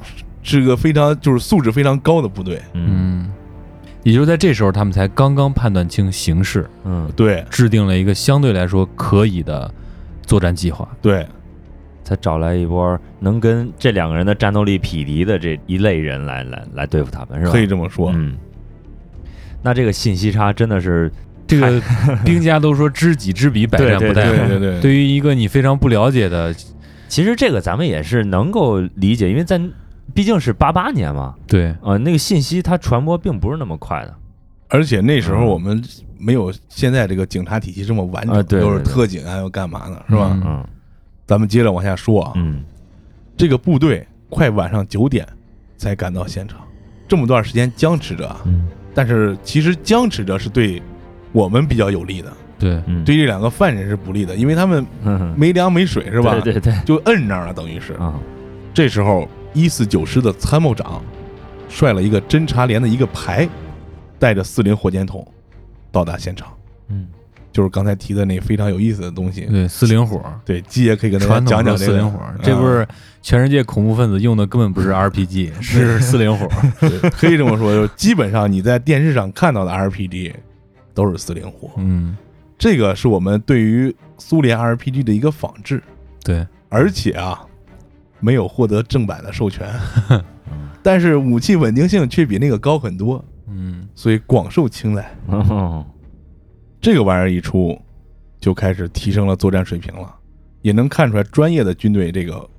S1: 是个非常就是素质非常高的部队。
S3: 嗯
S2: 嗯，也就是在这时候，他们才刚刚判断清形势，
S3: 嗯，
S1: 对
S2: 制定了一个相对来说可以的作战计划。
S1: 对，
S3: 才找来一波能跟这两个人的战斗力匹敌的这一类人来来来对付他们，是吧？
S1: 可以这么说。
S3: 嗯，那这个信息差真的是
S2: 这个 兵家都说知己知彼，百
S3: 对
S2: 战
S3: 对
S2: 不
S1: 对
S2: 殆。
S1: 对对
S2: 对于一个你非常不了解的，
S3: 其实这个咱们也是能够理解，因为在毕竟是八八年嘛，
S2: 对，
S3: 啊、那个信息它传播并不是那么快的，
S1: 而且那时候我们没有现在这个警察体系这么完整，
S3: 嗯啊对
S1: 都是
S3: 对对
S1: 特警还要干嘛呢，是吧？
S2: 嗯
S3: 嗯
S1: 咱们接着往下说啊，
S3: 嗯
S1: 这个部队快晚上九点才赶到现场，这么段时间僵持着啊，
S3: 嗯
S1: 但是其实僵持着是对我们比较有利的，
S2: 对，
S3: 嗯，
S1: 对这两个犯人是不利的，因为他们
S3: 嗯，
S1: 没粮没水是吧？
S3: 对对对，
S1: 就摁那儿了，等于是。
S3: 啊，
S1: 这时候，一四九师的参谋长率了一个侦察连的一个排，带着四零火箭筒到达现场。
S3: 嗯
S1: 就是刚才提的那非常有意思的东西。
S2: 对，四零火，
S1: 对，基爷可以跟大家
S2: 传统
S1: 讲
S2: 的
S1: 讲这
S2: 四
S1: 个嗯
S2: 零火，这不是全世界恐怖分子用的，根本不是 RPG，是四零火。
S1: 啊对可以这么说，就是基本上你在电视上看到的 RPG，都是四零火。
S2: 嗯，
S1: 这个是我们对于苏联 RPG 的一个仿制，
S2: 对，
S1: 而且啊，没有获得正版的授 权，
S3: 嗯
S1: 但是武器稳定性却比那个高很多，
S2: 嗯
S1: 所以广受青睐。
S3: 哦，
S1: 这个玩意儿一出，就开始提升了作战水平了，也能看出来专业的军队这个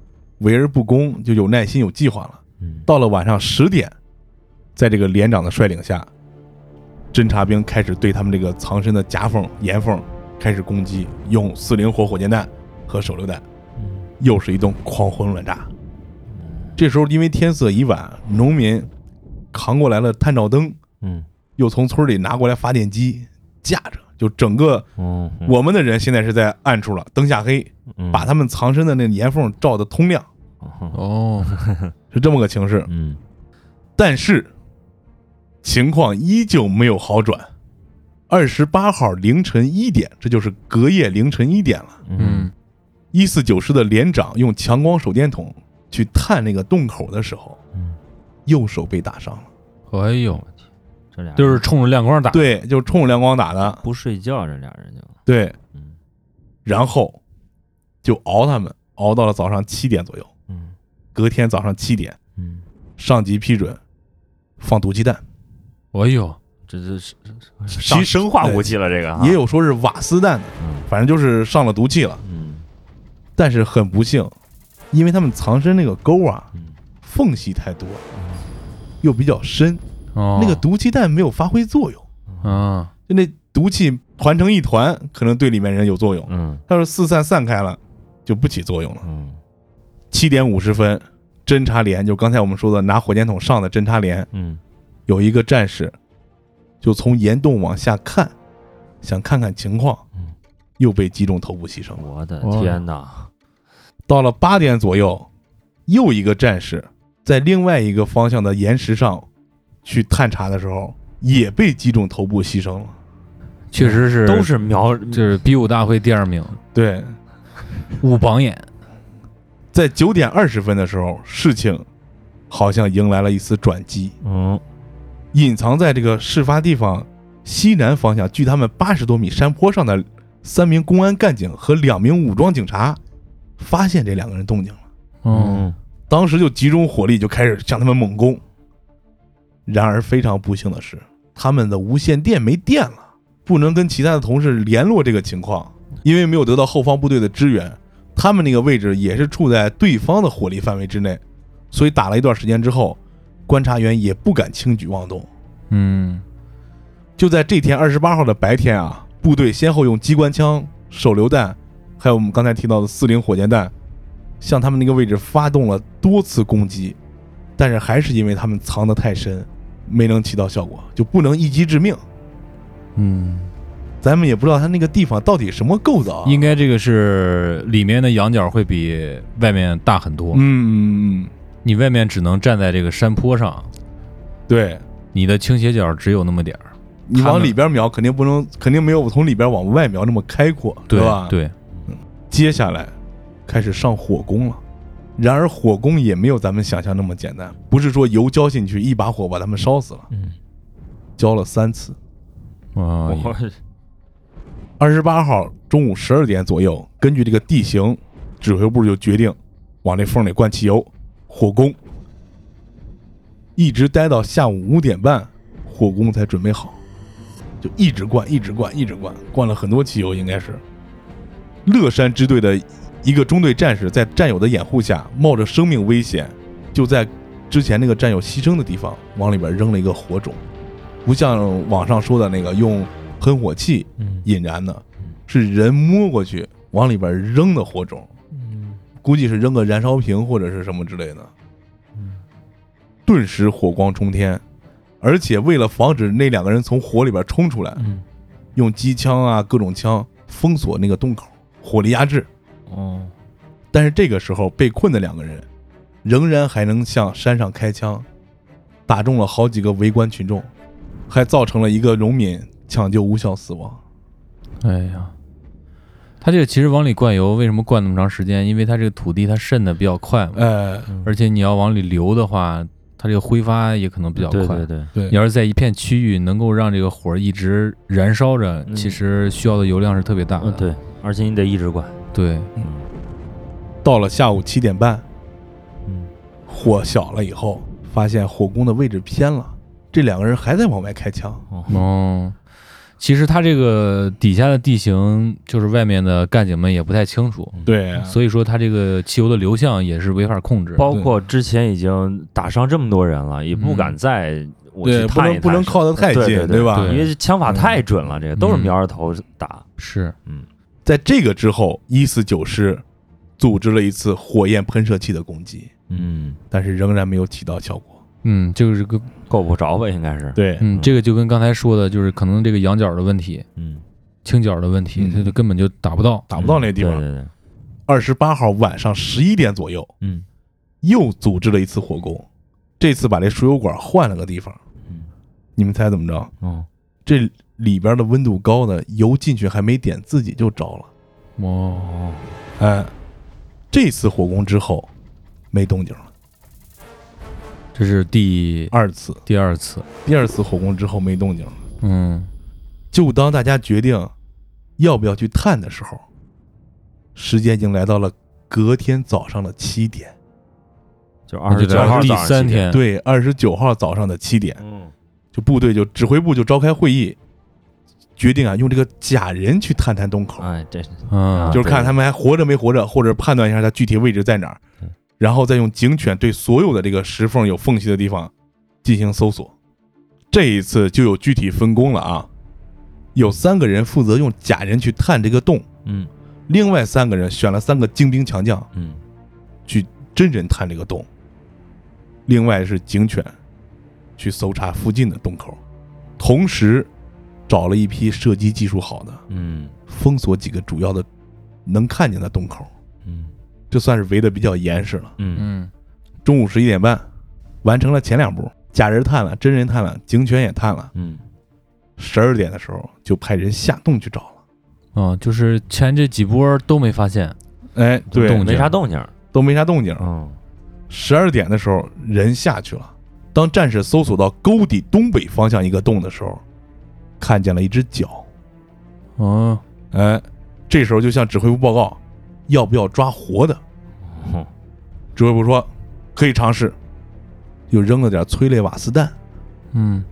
S1: 围而不攻，就有耐心、有计划了。
S3: 嗯
S1: 到了晚上十点，在这个连长的率领下，侦察兵开始对他们这个藏身的夹缝、岩缝开始攻击，用四零火火箭弹和手榴弹，又是一顿狂轰乱炸。这时候因为天色已晚，农民扛过来了探照灯，
S3: 嗯
S1: 又从村里拿过来发电机，架着，就整个
S3: 嗯，
S1: 我们的人现在是在暗处了，灯下黑，把他们藏身的那岩缝照得通亮，
S2: 哦，
S1: 是这么个情势。
S3: 嗯
S1: 但是情况依旧没有好转。二十八号凌晨一点，这就是隔夜凌晨一点了。
S2: 嗯
S1: 一四九师的连长用强光手电筒去探那个洞口的时候，
S3: 嗯，
S1: 右手被打伤了。
S2: 哎呦，
S3: 这俩
S2: 就是冲着亮光打，，
S1: 嗯对，就冲着亮光打的。
S3: 不睡觉，这俩人就
S1: 对，
S3: 嗯
S1: 然后就熬他们，熬到了早上七点左右。
S3: 嗯
S1: 隔天早上七点，
S3: 嗯，
S1: 上级批准放毒鸡弹，
S2: 哎呦，
S3: 这这是
S1: 其实
S3: 生化武器了，这个
S1: 也有说是瓦斯弹的，
S3: 嗯
S1: 反正就是上了毒气了。
S3: 嗯
S1: 但是很不幸，因为他们藏身那个沟啊，
S3: 嗯
S1: 缝隙太多，又比较深，
S2: 哦，
S1: 那个毒鸡弹没有发挥作用，
S2: 啊，
S1: 就那毒气团成一团，可能对里面人有作用，
S3: 嗯
S1: 要是四散散开了，就不起作用了。
S3: 嗯
S1: 七点五十分，侦察连就刚才我们说的拿火箭筒上的侦察连，
S3: 嗯
S1: 有一个战士就从岩洞往下看，想看看情况
S3: 嗯，
S1: 又被击中头部牺牲了。
S3: 我的
S2: 哇
S3: 天哪！
S1: 到了八点左右，又一个战士在另外一个方向的岩石上去探查的时候，也被击中头部牺牲了。
S2: 确实是，
S3: 都是瞄，
S2: 就是比武大会第二名，
S1: 对，
S2: 五榜眼，
S1: 在九点二十分的时候，事情好像迎来了一丝转机。
S3: 嗯
S1: 隐藏在这个事发地方西南方向，距他们八十多米山坡上的三名公安干警和两名武装警察发现这两个人动静了，
S2: 嗯，
S1: 当时就集中火力就开始向他们猛攻。然而非常不幸的是，他们的无线电没电了，不能跟其他的同事联络这个情况，因为没有得到后方部队的支援，他们那个位置也是处在对方的火力范围之内，所以打了一段时间之后，观察员也不敢轻举妄动。
S2: 嗯，
S1: 就在这天二十八号的白天啊，部队先后用机关枪、手榴弹，还有我们刚才提到的四零火箭弹，向他们那个位置发动了多次攻击，但是还是因为他们藏得太深，没能起到效果，就不能一击致命。
S2: 嗯，
S1: 咱们也不知道他那个地方到底什么构造、啊，
S2: 应该这个是里面的羊角会比外面大很多，
S1: 嗯，嗯嗯
S2: 你外面只能站在这个山坡上，
S1: 对
S2: 你的倾斜角只有那么点儿，
S1: 你
S2: 他
S1: 往
S2: 们
S1: 里边瞄肯定不能，肯定没有从里边往外瞄那么开阔，
S2: 对
S1: 吧？
S2: 对，
S1: 接下来开始上火攻了。然而火攻也没有咱们想象那么简单，不是说油浇进去一把火把他们烧死了，
S3: 嗯，
S1: 浇了三次。
S2: 啊，
S3: 我
S1: 二十八号中午十二点左右，根据这个地形，指挥部就决定往这缝里灌汽油，火攻。一直待到下午五点半，火攻才准备好，就一直灌，一直灌，一直灌，灌了很多汽油，应该是。乐山支队的一个中队战士在战友的掩护下，冒着生命危险，就在之前那个战友牺牲的地方往里边扔了一个火种，不像网上说的那个用喷火器
S3: 嗯
S1: 引燃的，是人摸过去往里边扔的火种，
S3: 嗯
S1: 估计是扔个燃烧瓶或者是什么之类的。
S3: 嗯
S1: 顿时火光冲天，而且为了防止那两个人从火里边冲出来，
S3: 嗯
S1: 用机枪啊各种枪封锁那个洞口，火力压制。
S3: 哦
S1: 但是这个时候被困的两个人仍然还能向山上开枪，打中了好几个围观群众，还造成了一个农民抢救无效死亡。
S2: 哎呀，它这个其实往里灌油，为什么
S3: 嗯
S2: 灌那么长时间？因为它这个土地它渗的比较快嘛，
S1: 呃，
S2: 而且你要往里流的话，它这个挥发也可能比较快。
S3: 对对对，
S1: 对
S2: 你，要是在一片区域能够让这个火一直燃烧着，
S3: 嗯
S2: 其实需要的油量是特别大的。
S3: 嗯对，而且你得一直管，
S2: 对
S3: 嗯
S1: 到了下午七点半，
S3: 嗯，
S1: 火小了以后，发现火攻的位置偏了，这两个人还在往外开枪。
S3: 哦，
S2: 哦，其实它这个底下的地形，就是外面的干警们也不太清楚，
S1: 对啊
S2: 所以说它这个汽油的流向也是没法控制。
S3: 包括之前已经打伤这么多人了，也不敢再我去
S1: 对，不
S3: 探一
S1: 能
S3: 探
S1: 不能
S3: 是
S1: 靠得太
S3: 对对
S1: 近，
S3: 对
S1: 吧？
S2: 对
S3: 因为枪法太准了，这个都是瞄着头打，
S2: 是，
S1: 在这个之后，一四九师组织了一次火焰喷射器的攻击，
S3: 嗯，
S1: 但是仍然没有起到效果。
S2: 嗯，就是个，
S3: 够不着吧，应该是，
S1: 对，
S2: 嗯，
S3: 嗯
S2: 这个就跟刚才说的，就是可能这个仰角的问题、
S3: 嗯，
S2: 倾角的问题，
S1: 嗯
S2: 它就根本就打不到。
S1: 打不到那地
S3: 对
S1: 方。
S3: 对对，
S1: 二十八号晚上十一点左右，
S3: 嗯
S1: 又组织了一次火攻，这次把这输油管换了个地方。
S3: 嗯，
S1: 你们猜怎么着？
S3: 哦，
S1: 这里边的温度高的油进去还没点，自己就着了。
S2: 哦，
S1: 哎，这次火攻之后没动静了，
S2: 这是第
S1: 二次，
S2: 第二次，
S1: 第二次火攻之后没动静了。
S2: 嗯，
S1: 就当大家决定要不要去探的时候，时间已经来到了隔天早上的七点，
S3: 就
S2: 那
S3: 二
S2: 就
S3: 十九
S2: 得
S3: 号
S2: 第
S3: 早上
S2: 三
S3: 起
S2: 天，
S1: 对，二十九号早上的七点，
S3: 嗯，
S1: 就部队就指挥部就召开会议，决定啊用这个假人去探探洞口，
S3: 哎，这
S2: 嗯，
S1: 啊就是看他们还活着没活着，或者判断一下他具体位置在哪儿
S3: 对，
S1: 然后再用警犬对所有的这个石缝有缝隙的地方进行搜索。这一次就有具体分工了啊，有三个人负责用假人去探这个洞，
S3: 嗯
S1: 另外三个人选了三个精兵强将
S3: 嗯
S1: 去真人探这个洞，另外是警犬去搜查附近的洞口，同时找了一批射击技术好的，
S3: 嗯
S1: 封锁几个主要的能看见的洞口。
S3: 嗯
S1: 这算是围得比较严实了。
S3: 嗯
S2: 嗯，
S1: 中午十一点半，完成了前两步，假人探了，真人探了，警犬也探了。
S3: 嗯，
S1: 十二点的时候就派人下洞去找了。
S2: 哦，就是前这几波都没发现，
S1: 哎，对
S2: 动，
S3: 没啥动静，
S1: 都没啥动静。
S3: 嗯
S1: 十二点的时候人下去了，当战士搜索到沟底东北方向一个洞的时候，看见了一只脚。
S2: 哦，
S1: 哎，这时候就向指挥部报告，要不要抓活的？
S3: 哦
S1: 指挥部说可以尝试，又扔了点催泪瓦斯弹。
S2: 嗯，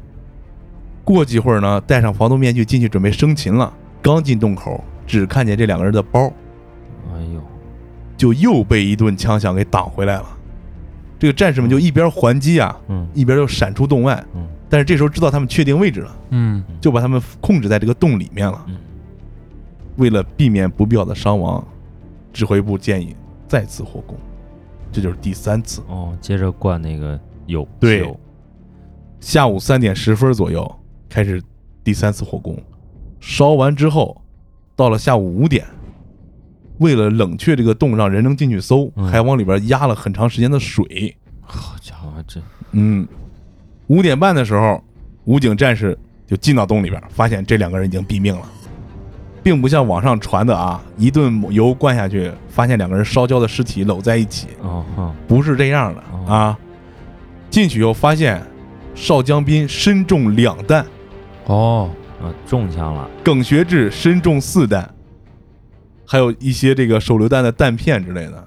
S1: 过几会儿呢，戴上防毒面具进去准备生擒了。刚进洞口，只看见这两个人的包，
S3: 哎呦，
S1: 就又被一顿枪响给挡回来了。这个战士们就一边还击啊，
S3: 嗯
S1: 一边就闪出洞外。
S3: 嗯
S1: 但是这时候知道他们确定位置了，
S2: 嗯，
S1: 就把他们控制在这个洞里面了。
S3: 嗯
S1: 为了避免不必要的伤亡，指挥部建议再次火攻，这就是第三次。
S3: 哦，接着灌那个有
S1: 对下午三点十分左右开始第三次火攻，烧完之后，到了下午五点，为了冷却这个洞，让人能进去搜，
S3: 嗯
S1: 还往里边压了很长时间的水。
S3: 好家伙，这
S1: 嗯，五点半的时候，武警战士就进到洞里边，发现这两个人已经毙命了，并不像网上传的啊，一顿油灌下去，发现两个人烧焦的尸体搂在一起，
S3: 哦哼，
S1: 不是这样的
S3: 哦
S1: 啊。进去以后发现邵江斌身中两弹，
S2: 哦，
S3: 啊中枪了，
S1: 耿学志身中四弹，还有一些这个手榴弹的弹片之类的。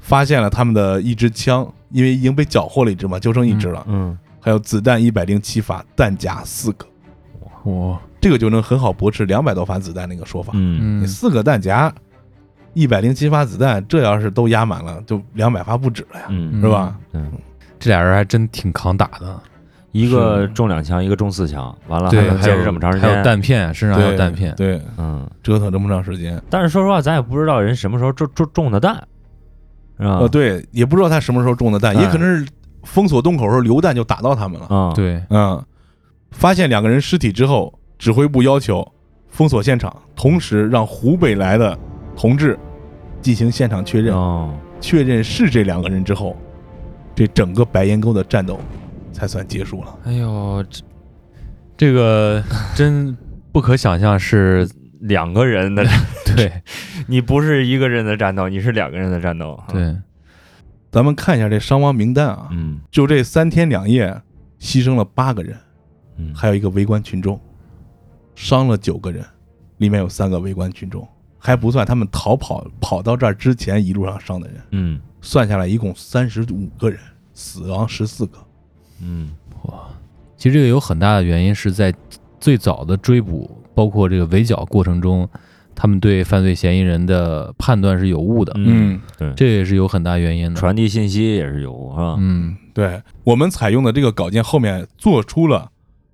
S1: 发现了他们的一支枪，因为已经被缴获了一支嘛，就剩一支了。
S3: 嗯
S1: 还有子弹一百零七发，弹夹四个，
S2: 我，
S1: 这个就能很好驳斥两百多发子弹那个说法。
S3: 嗯
S1: 你
S2: 嗯，
S1: 四个弹夹，一百零七发子弹，这要是都压满了，就两百发不止了呀，
S3: 嗯
S1: 是吧？
S3: 嗯，
S2: 这俩人还真挺扛打的，
S3: 一个中两枪，一个中四枪，完啊了还
S2: 对，
S3: 能
S2: 还
S3: 坚持
S2: 有
S3: 这么长时
S2: 还有
S3: 间，
S2: 弹片，身上还有
S1: 对
S2: 弹片，
S1: 对，
S3: 嗯，
S1: 折腾这么长时间，
S3: 但是说实话，咱也不知道人什么时候中中中的弹，是吧？
S2: 哦
S1: 呃，对，也不知道他什么时候中的弹，也
S3: 哎
S1: 可能是封锁洞口时候流弹就打到他们了。
S3: 嗯，
S2: 对，
S1: 嗯，发现两个人尸体之后，指挥部要求封锁现场，同时让湖北来的同志进行现场确认，
S3: 哦，
S1: 确认是这两个人之后，这整个白岩沟的战斗才算结束了。
S3: 哎呦，这
S2: 这个真不可想象 是，
S3: 两个人的，
S2: 对
S3: 你不是一个人的战斗，你是两个人的战斗，
S2: 对，
S1: 咱们看一下这伤亡名单啊，
S3: 嗯
S1: 就这三天两夜，牺牲了八个人，
S3: 嗯，
S1: 还有一个围观群众，伤了九个人，里面有三个围观群众，还不算他们逃跑跑到这儿之前一路上伤的人，
S3: 嗯
S1: 算下来一共三十五个人，死亡十四个。
S3: 嗯
S2: 哇，其实这个有很大的原因是在最早的追捕，包括这个围剿过程中，他们对犯罪嫌疑人的判断是有误的，
S3: 嗯，，对，
S2: 这也是有很大原因的。
S3: 传递信息也是有误是吧？
S2: 嗯，
S1: 对我们采用的这个稿件后面做出了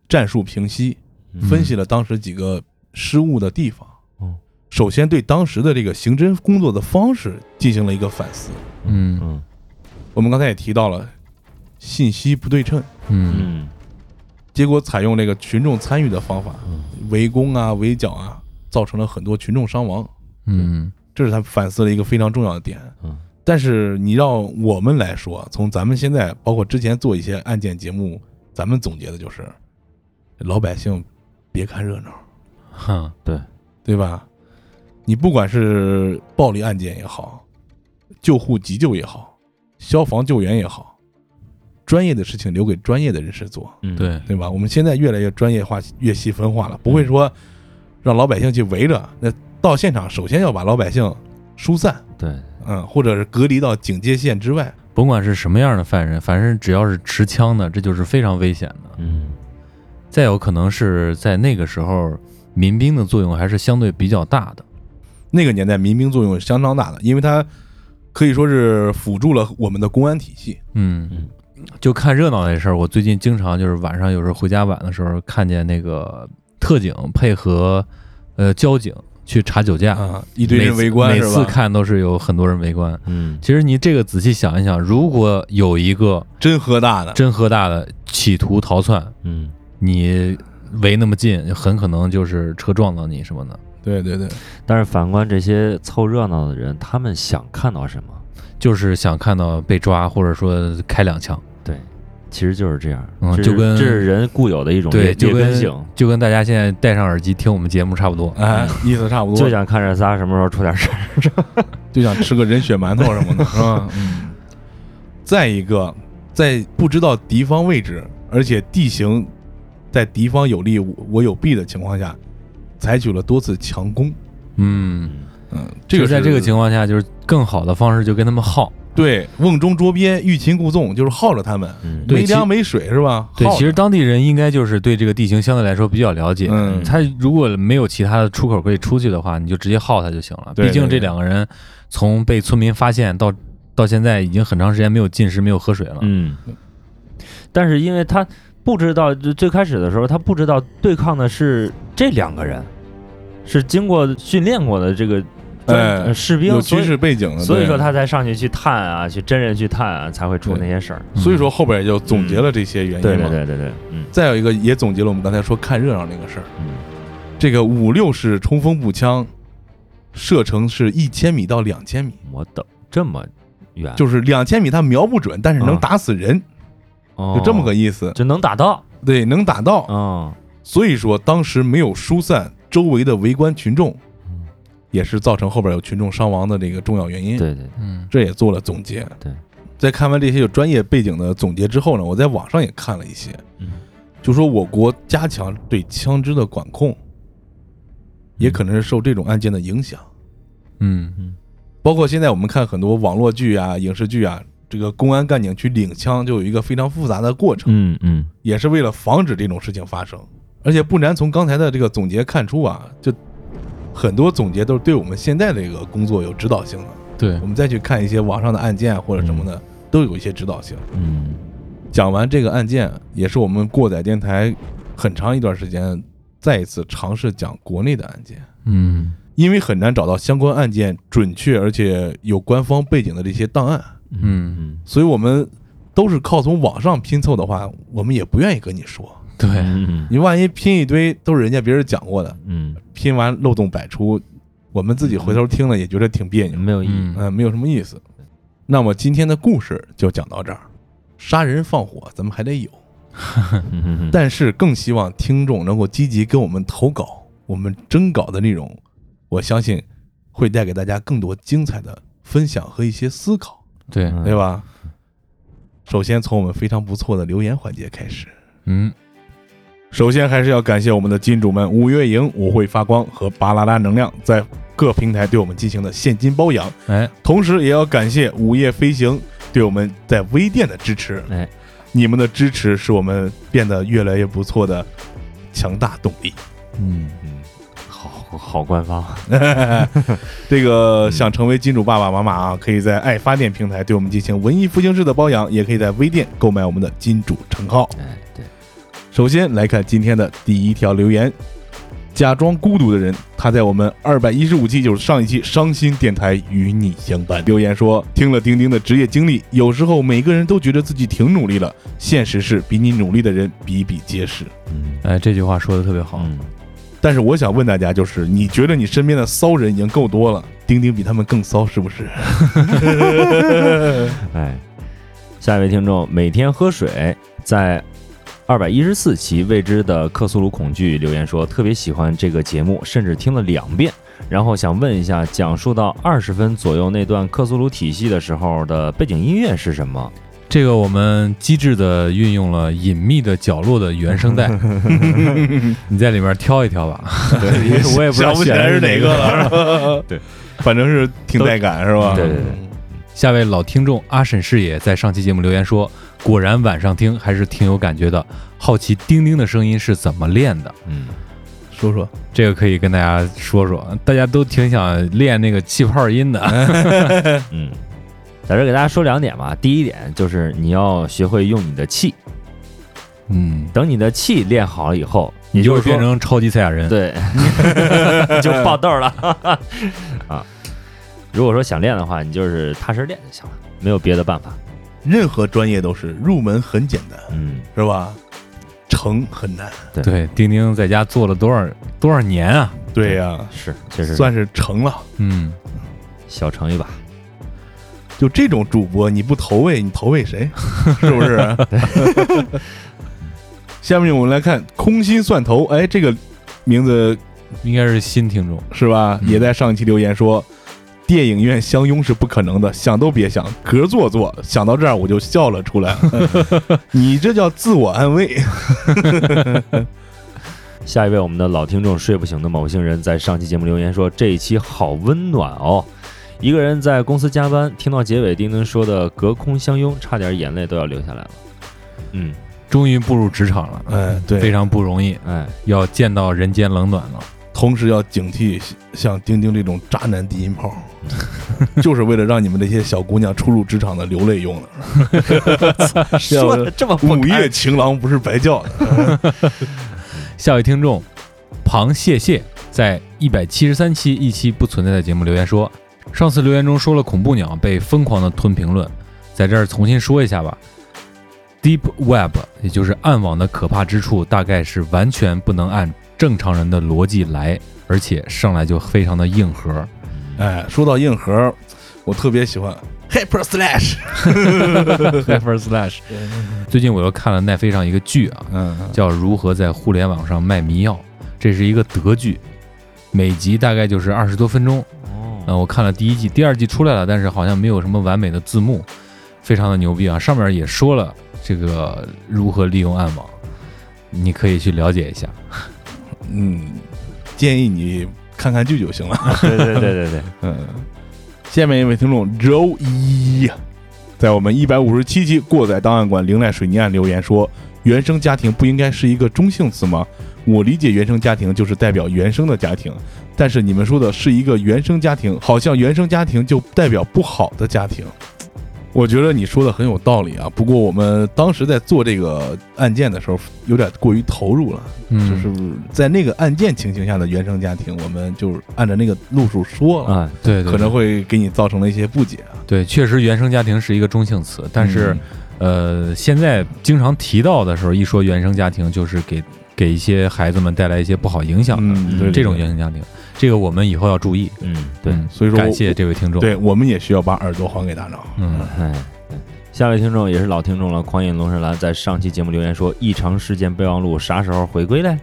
S1: 战术评析，
S3: 嗯
S1: 分析了当时几个失误的地方
S3: 哦。
S1: 首先对当时的这个刑侦工作的方式进行了一个反思。
S2: 嗯
S3: 嗯
S1: 我们刚才也提到了信息不对称，
S2: 嗯
S3: 嗯
S1: 结果采用这个群众参与的方法
S3: 嗯，
S1: 围攻啊、围剿啊，造成了很多群众伤亡。
S2: 嗯
S1: 这是他反思的一个非常重要的点。
S3: 嗯，
S1: 但是你让我们来说，从咱们现在包括之前做一些案件节目，咱们总结的就是，老百姓别看热闹，
S2: 哈，
S1: 对吧？你不管是暴力案件也好，救护急救也好，消防救援也好，专业的事情留给专业的人士做，
S3: 嗯，
S2: 对，
S1: 对吧？我们现在越来越专业化、越细分化了，不会说让老百姓去围着。那到现场，首先要把老百姓疏散，
S3: 对，
S1: 嗯，或者是隔离到警戒线之外。
S2: 甭管是什么样的犯人，反正只要是持枪的，这就是非常危险的。
S3: 嗯
S2: 再有可能是在那个时候，民兵的作用还是相对比较大的。
S1: 那个年代，民兵作用是相当大的，因为它可以说是辅助了我们的公安体系。
S2: 嗯，
S3: 嗯
S2: 就看热闹这事儿，我最近经常就是晚上有时候回家晚的时候，看见那个特警配合呃交警去查酒驾，
S1: 啊，一堆人围观
S2: 每
S1: 是
S2: 次
S1: 吧？
S2: 每次看都是有很多人围观。
S3: 嗯
S2: 其实你这个仔细想一想，如果有一个
S1: 真喝大的，
S2: 真喝大的企图逃窜，
S3: 嗯
S2: 你围那么近，很可能就是车撞到你什么的。
S1: 对对 对，
S3: 但是反观这些凑热闹的人，他们想看到什么？
S2: 就是想看到被抓，或者说开两枪，
S3: 对，其实就是这样，
S2: 嗯
S3: 这
S2: 就是跟
S3: 这是人固有的一种
S2: 对
S3: 劣
S2: 就
S3: 劣根
S2: 跟
S3: 性，
S2: 就跟大家现在戴上耳机听我们节目差不多。
S1: 哎，意思差不
S3: 就
S1: 多，
S3: 想看这仨什么时候出点事儿。
S1: 就想吃个人血馒头什么 的，是吧？嗯。再一个，在不知道敌方位置，而且地形在敌方有利我我有弊的情况下，采取了多次强攻。
S2: 嗯，
S1: 嗯，这个
S2: 就是在
S1: 是
S2: 这个情况下，就是更好的方式就跟他们耗。
S1: 对，瓮中捉鳖，欲擒故纵，就是耗着他们，
S3: 嗯
S2: 对
S1: 没
S2: 其
S1: 粮没水是吧？
S2: 对，
S1: 耗着
S2: 其实当地人应该就是对这个地形相对来说比较了解。
S1: 嗯
S2: 他如果没有其他的出口可以出去的话，你就直接耗他就行了。
S1: 对
S2: 毕竟
S1: 对
S2: 这
S1: 对
S2: 两个人从被村民发现到到现在已经很长时间没有进食、没有喝水了。
S3: 嗯，但是因为他不知道，就最开始的时候他不知道对抗的是这两个人，是经过训练过的这个专
S1: 哎
S3: 呃士兵，
S1: 有军
S3: 所以
S1: 事背景的，
S3: 所以
S1: 对
S3: 说他才上去去探啊，去真人去探啊，才会出
S1: 对
S3: 那些事儿。
S1: 所以说后边也就总结了这些原因嘛。
S3: 嗯对对对对对，嗯
S1: 再有一个也总结了我们刚才说看热闹那个事儿，
S3: 嗯
S1: 这个五六式冲锋步枪射程是一千米到两千米，
S3: 我懂这么远，
S1: 就是两千米它瞄不准，但是能
S3: 嗯
S1: 打死人，
S3: 就
S1: 就这么个意思。
S3: 就能打到。
S1: 对，能打到。
S3: 嗯，
S1: 所以说当时没有疏散周围的围观群众
S3: 嗯，
S1: 也是造成后边有群众伤亡的这个重要原因。
S3: 对对，
S2: 嗯
S1: 这也做了总结。
S3: 对，
S1: 在看完这些有专业背景的总结之后呢，我在网上也看了一些，
S3: 嗯
S1: 就说我国加强对枪支的管控，也可能是受这种案件的影响。
S2: 嗯
S1: 包括现在我们看很多网络剧啊、影视剧啊，这个公安干警去领枪就有一个非常复杂的过程，
S3: 嗯嗯
S1: 也是为了防止这种事情发生。而且不难从刚才的这个总结看出啊，就很多总结都是对我们现在这个工作有指导性的。
S2: 对
S1: 我，们再去看一些网上的案件啊或者什么的，都有一些指导性。
S3: 嗯
S1: 讲完这个案件，也是我们过载电台很长一段时间再一次尝试讲国内的案件，
S2: 嗯
S1: 因为很难找到相关案件准确而且有官方背景的这些档案，
S2: 嗯，
S3: 嗯
S1: 所以我们都是靠从网上拼凑的话，我们也不愿意跟你说，
S2: 对，
S3: 嗯
S1: 你万一拼一堆都是人家别人讲过的，
S3: 嗯，
S1: 拼完漏洞百出，我们自己回头听了也觉得挺别扭。
S3: 没有意义。
S2: 嗯
S1: 嗯，没有什么意思。那么今天的故事就讲到这儿，杀人放火咱们还得有，
S3: 嗯
S1: 但是更希望听众能够积极给我们投稿，我们征稿的内容，我相信会带给大家更多精彩的分享和一些思考。
S2: 对，
S3: 嗯
S1: 对吧？首先从我们非常不错的留言环节开始。
S2: 嗯，
S1: 首先还是要感谢我们的金主们五月营、我会发光和巴啦啦能量在各平台对我们进行的现金包养，
S2: 哎，
S1: 同时也要感谢午夜飞行对我们在微店的支持。
S3: 哎，
S1: 你们的支持是我们变得越来越不错的强大动力。
S2: 嗯，
S3: 好好官方，
S1: 这个想成为金主爸爸妈妈啊，可以在爱发电平台对我们进行文艺复兴式的包养，也可以在微店购买我们的金主称号。
S3: 哎，对，
S1: 首先来看今天的第一条留言，假装孤独的人，他在我们二百一十五期，就是上一期伤心电台与你相伴。留言说，听了丁丁的职业经历，有时候每个人都觉得自己挺努力了，现实是比你努力的人比比皆是。
S3: 嗯，
S2: 哎，这句话说的特别好，
S1: 但是我想问大家，就是你觉得你身边的骚人已经够多了，丁丁比他们更骚是不是？
S3: 哎，下一位听众每天喝水，在二百一十四期未知的克苏鲁恐惧留言说，特别喜欢这个节目，甚至听了两遍。然后想问一下，讲述到二十分左右那段克苏鲁体系的时候的背景音乐是什么？
S2: 这个我们机智的运用了隐秘的角落的原声 带，你在里面挑一挑吧。
S3: 我也不知 道
S1: 想不起来是哪个了。是吧
S3: 对，
S1: 反正是挺带感是吧？
S3: 对对对
S2: 下位老听众阿婶视野在上期节目留言说，果然晚上听还是挺有感觉的，好奇丁丁的声音是怎么练的。
S3: 嗯，
S1: 说说，
S2: 这个可以跟大家说说，大家都挺想练那个气泡音 的。
S3: 嗯，在这儿给大家说两点吧。第一点就是你要学会用你的气，
S2: 嗯，
S3: 等你的气练好了以后，
S2: 你就
S3: 就
S2: 会
S3: 是
S2: 变
S3: 说
S2: 成超级赛亚人。
S3: 对， 就爆豆了 啊。如果说想练的话，你就是踏实练就行了，没有别的办法。
S1: 任何专业都是入门很简单，
S3: 嗯，
S1: 是吧？成很难。
S2: 对，丁丁在家做了多少多少年啊？
S1: 对呀、
S3: 是，确实
S1: 算是成了。
S2: 嗯，
S3: 小成一把。
S1: 就这种主播，你不投喂，你投喂 谁？是不 是？下面我们来看空心蒜头，哎，这个名字
S2: 应该是新听众。
S1: 是吧？
S2: 嗯
S1: 也在上一期留言说，电影院相拥是不可能的，想都别想，隔座坐。想到这儿我就笑了出 来，你这叫自我安慰。
S3: 下一位，我们的老听众睡不醒的某星人在上期节目留言说：“这一期好温暖哦，一个人在公司加班，听到结尾丁丁说的隔空相拥，差点眼泪都要流下来了。”嗯，
S2: 终于步入职场了，
S1: 哎，
S2: 非
S1: 对，
S2: 常不容易，
S3: 哎，
S2: 要见到人间冷暖了。
S1: 同时要警惕像丁丁这种渣男低音炮， 就是为了让你们这些小姑娘初入职场的流泪用的。
S3: 说的这么不
S1: 午
S2: 哎
S1: 夜情郎不是白叫 的，
S2: 下位听众，螃蟹蟹在一百七十三期一期不存在的节目留言说，上次留言中说了恐怖鸟被疯狂的吞评论，在这儿重新说一下吧。Deep Web，也就是暗网的可怕之处，大概是完全不能按正常人的逻辑来，而且上来就非常的硬核。
S1: 哎，说到硬核，我特别喜欢 Hyper Slash。
S2: Hyper Slash，最近我又看了奈飞上一个剧啊，
S1: 嗯，
S2: 叫《如何在互联网上卖迷药》，这是一个德剧，每集大概就是二十多分钟。呃，
S3: 哦，
S2: 我看了第一季，第二季出来了，但是好像没有什么完美的字幕，非常的牛逼啊！上面也说了这个如何利用暗网，你可以去了解一下。
S1: 嗯，建议你看看剧就行了。
S3: 对对对 对对，
S1: 嗯，下面一位听众 Joe 一，在我们一百五十七期过载档案馆灵濑水泥案留言说：“原生家庭不应该是一个中性词吗？我理解原生家庭就是代表原生的家庭，但是你们说的是一个原生家庭，好像原生家庭就代表不好的家庭。”我觉得你说的很有道理啊，不过我们当时在做这个案件的时候，有点过于投入了。
S2: 嗯，
S1: 就是在那个案件情形下的原生家庭，我们就按照那个路数说了，
S3: 啊，
S2: 对对，
S1: 可能会给你造成了一些不解嗯啊。
S2: 对，确实原生家庭是一个中性词，但是、呃，现在经常提到的时候，一说原生家庭，就是给给一些孩子们带来一些不好影响的、
S1: 嗯，对
S2: 这种原，生家庭，这个我们以后要注意。
S3: 嗯，对，
S2: 嗯
S1: 所以说我
S2: 感谢这位听众。
S1: 对，对我们也需要把耳朵还给大脑。
S2: 嗯，
S3: 哎，对下位听众也是老听众了，狂饮龙神兰在上期节目留言说：“异常事件备忘录啥时候回归嘞？”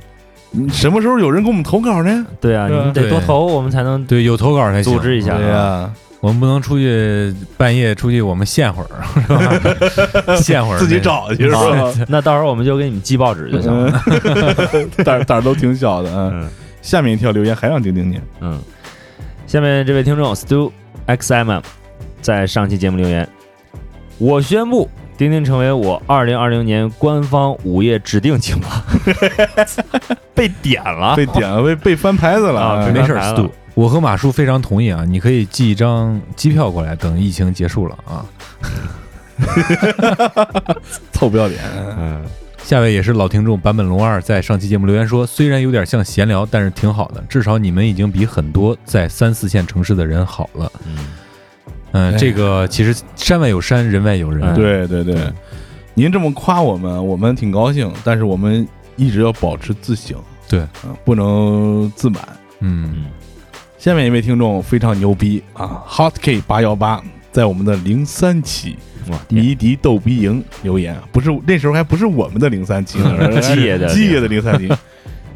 S1: 你嗯什么时候有人给我们投稿呢？
S3: 对啊，你
S1: 对啊
S3: 们得多
S2: 对
S3: 投，我们才能
S2: 对，有投稿才行。嗯
S3: 组织一下
S1: 对呀、
S3: 啊。
S2: 我们不能出去半夜出去，我们现会儿是吧？现会儿
S1: 自己找去是吧？
S3: 啊那到时候我们就给你们寄报纸就行了。
S1: 嗯 胆儿胆儿都挺小的啊。
S3: 嗯
S1: 下面一条留言还让丁丁念，
S3: 嗯，下面这位听众 Stu XM 在上期节目留言，我宣布钉钉成为我二零二零年官方午夜指定节目， 被点
S2: 啊
S3: 了，
S1: 被点了，被被翻牌子了嗯
S3: 啊
S2: 没
S3: 被
S2: 事儿
S3: 拜拜了
S2: ，Stu，我和马叔非常同意啊，你可以寄一张机票过来，等疫情结束了啊。
S1: 臭不要脸。
S3: 嗯，
S2: 下位也是老听众坂本龙二在上期节目留言说，虽然有点像闲聊，但是挺好的，至少你们已经比很多在三四线城市的人好了。嗯、
S1: 哎
S2: 这个其实山外有山，人外有人。
S3: 嗯
S1: 对对对
S3: 对，
S1: 您这么夸我们，我们挺高兴，但是我们一直要保持自省，
S2: 对，
S1: 啊，不能自满。
S2: 嗯，
S1: 下面一位听众非常牛逼啊，Hot K 八幺八在我们的零三期
S3: 哇，
S1: 迷笛逗逼营留言，啊不是那时候还不是我们的零三期呢，而是
S3: 基业的
S1: 基业的零三期。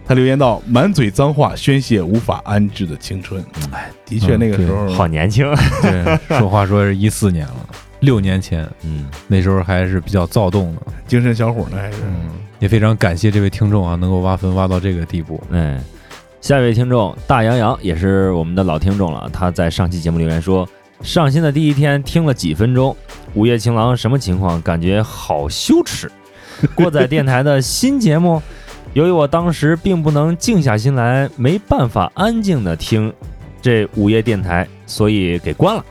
S1: 他留言到：“满嘴脏话，宣泄无法安置的青春。”哎，的确
S2: 嗯
S1: 那个时
S3: 嗯
S1: 候
S3: 好年轻，
S2: 对，说话说是一四年了，六年前
S3: 嗯，
S2: 那时候还是比较躁动的。
S1: 精神小伙呢，还是
S2: 嗯，也非常感谢这位听众啊，能够挖坟挖到这个地步。
S3: 哎，下一位听众大洋洋也是我们的老听众了，他在上期节目留言说，上新的第一天听了几分钟，《午夜情郎》什么情况？感觉好羞耻。过载电台的新节目，由于我当时并不能静下心来，没办法安静的听这午夜电台，所以给关了。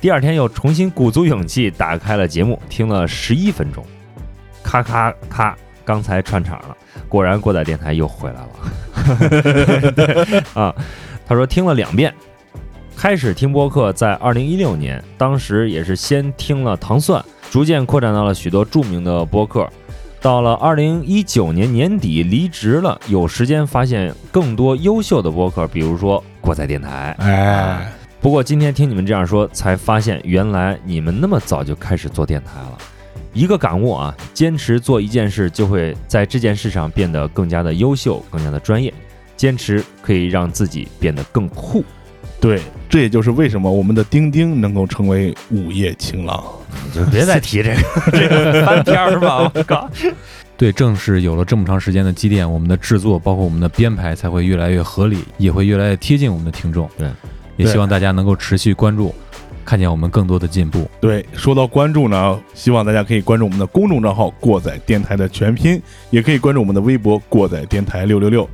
S3: 第二天又重新鼓足勇气打开了节目，听了十一分钟，咔咔咔，刚才串场了，果然过载电台又回来了。 啊，他说听了两遍。开始听播客在二零一六年，当时也是先听了糖蒜，逐渐扩展到了许多著名的播客。到了二零一九年年底离职了，有时间发现更多优秀的播客，比如说国仔电台。
S1: 哎，
S3: 不过今天听你们这样说，才发现原来你们那么早就开始做电台了。一个感悟啊，坚持做一件事，就会在这件事上变得更加的优秀，更加的专业。坚持可以让自己变得更酷。
S1: 对，这也就是为什么我们的丁丁能够成为午夜情郎。
S3: 就别再提这个这个 翻篇儿吧，我靠！
S2: 对，正是有了这么长时间的积淀，我们的制作包括我们的编排才会越来越合理，也会越来越贴近我们的听众。
S3: 对，
S2: 也
S1: 对
S2: 希望大家能够持续关注，看见我们更多的进步。
S1: 对，说到关注呢，希望大家可以关注我们的公众账号“过载电台”的全拼，也可以关注我们的微博“过载电台六六六”。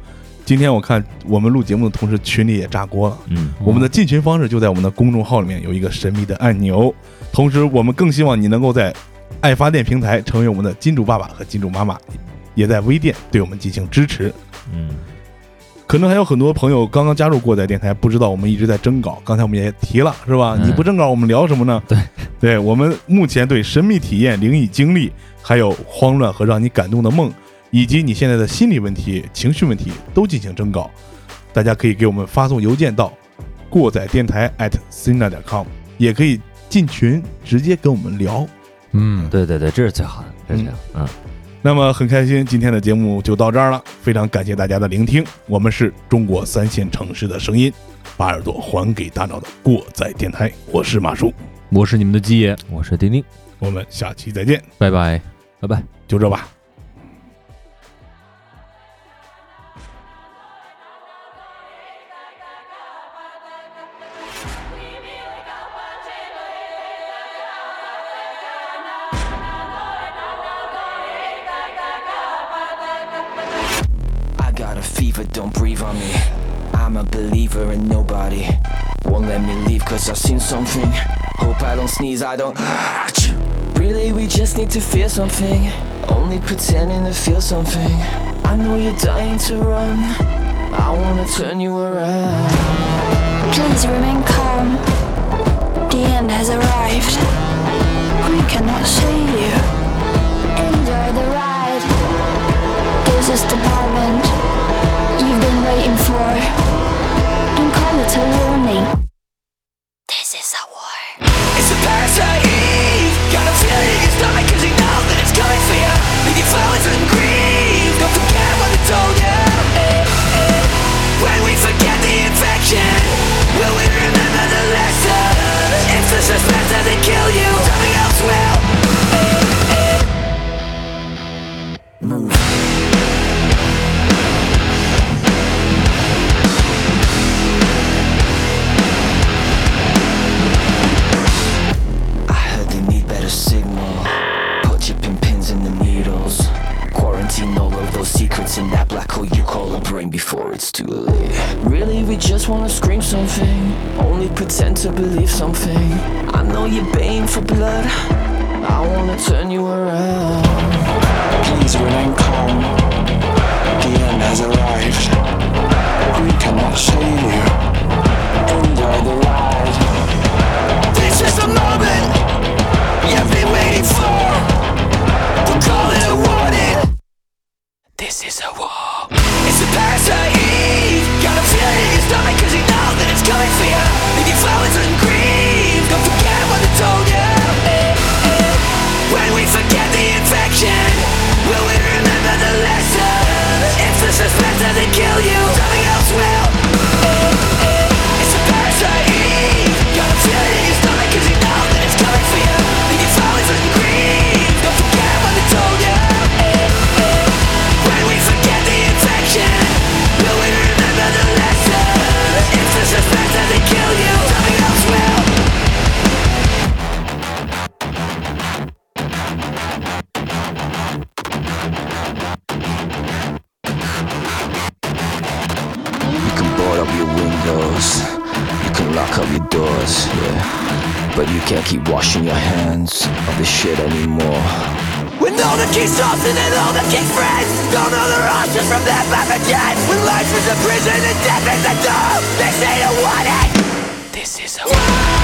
S1: 今天我看我们录节目的同时，群里也炸锅了。
S3: 嗯，
S1: 我们的进群方式就在我们的公众号里面有一个神秘的按钮。同时，我们更希望你能够在爱发电平台成为我们的金主爸爸和金主妈妈，也在微店对我们进行支持。
S3: 嗯，
S1: 可能还有很多朋友刚刚加入过载电台，不知道我们一直在征稿。刚才我们也提了，是吧？
S3: 嗯
S1: 你不征稿，我们聊什么呢？
S3: 对，
S1: 对我们目前对神秘体验、灵异经历，还有慌乱和让你感动的梦，以及你现在的心理问题、情绪问题都进行征稿。大家可以给我们发送邮件到过载电台 at sina 点 com，也可以进群直接跟我们聊。
S2: 嗯，
S3: 对对对，这是最好的，这是最好的。嗯，
S1: 那么很开心，今天的节目就到这儿了，非常感谢大家的聆听。我们是中国三线城市的声音，把耳朵还给大脑的过载电台，我是马叔，
S2: 我是你们的基爷，
S3: 我是丁丁，
S1: 我们下期再见，
S2: 拜拜。
S3: 拜拜。
S1: 就这吧。
S4: I got a fever, don't breathe on me. I'm a believer in nobody. Won't let me leave cause I've seen something. Hope I don't sneeze, I don't. Achoo. really, we just need to feel something. Only pretending to feel something. I know you're dying to run. I wanna turn you around.
S5: Please remain calm. The end has arrived. We cannot see you. Enjoy the ride. This is the moment you've been waiting for. Don't call it a warning. This is a war.
S4: It's a parasite Got a feeling in your stomach Cause you know that it's coming for you Leave your flowers and grief Don't forget what I told you eh. before it's too late. Really, we just wanna scream something, only pretend to believe something. I know you're baying for blood, I wanna turn you around.
S6: Please remain calm. The end has arrived. We cannot save you. Enjoy the ride. This is the moment you've been waiting for. We call it a warning. This is a war. It's the parasite Eve. Got a feeling in your stomach 'cause you know that it's coming for you. Leave your flowers ungrieved. Don't forget what they told you. Eh, eh. When we forget the infection, will we remember the lesson? It's the suspense that they kill you. Something else will. Eh, eh. It's a parasite Eve. Got a feeling in your stomach 'cause you know that it's coming for you. Leave your flowers ungrieved. Don't forget what they told you. Eh, eh. When we forget the infection, will we remember the lesson? If the suspense doesn't kill you, something else will.
S4: You can board up your windows, you can lock up your doors, yeah. But you can't keep washing your hands of the shit anymore.
S6: When all the key stops and then all the key friends Don't know the options from that map again When life is a prison and death is a door This ain't a warning This is a war oh,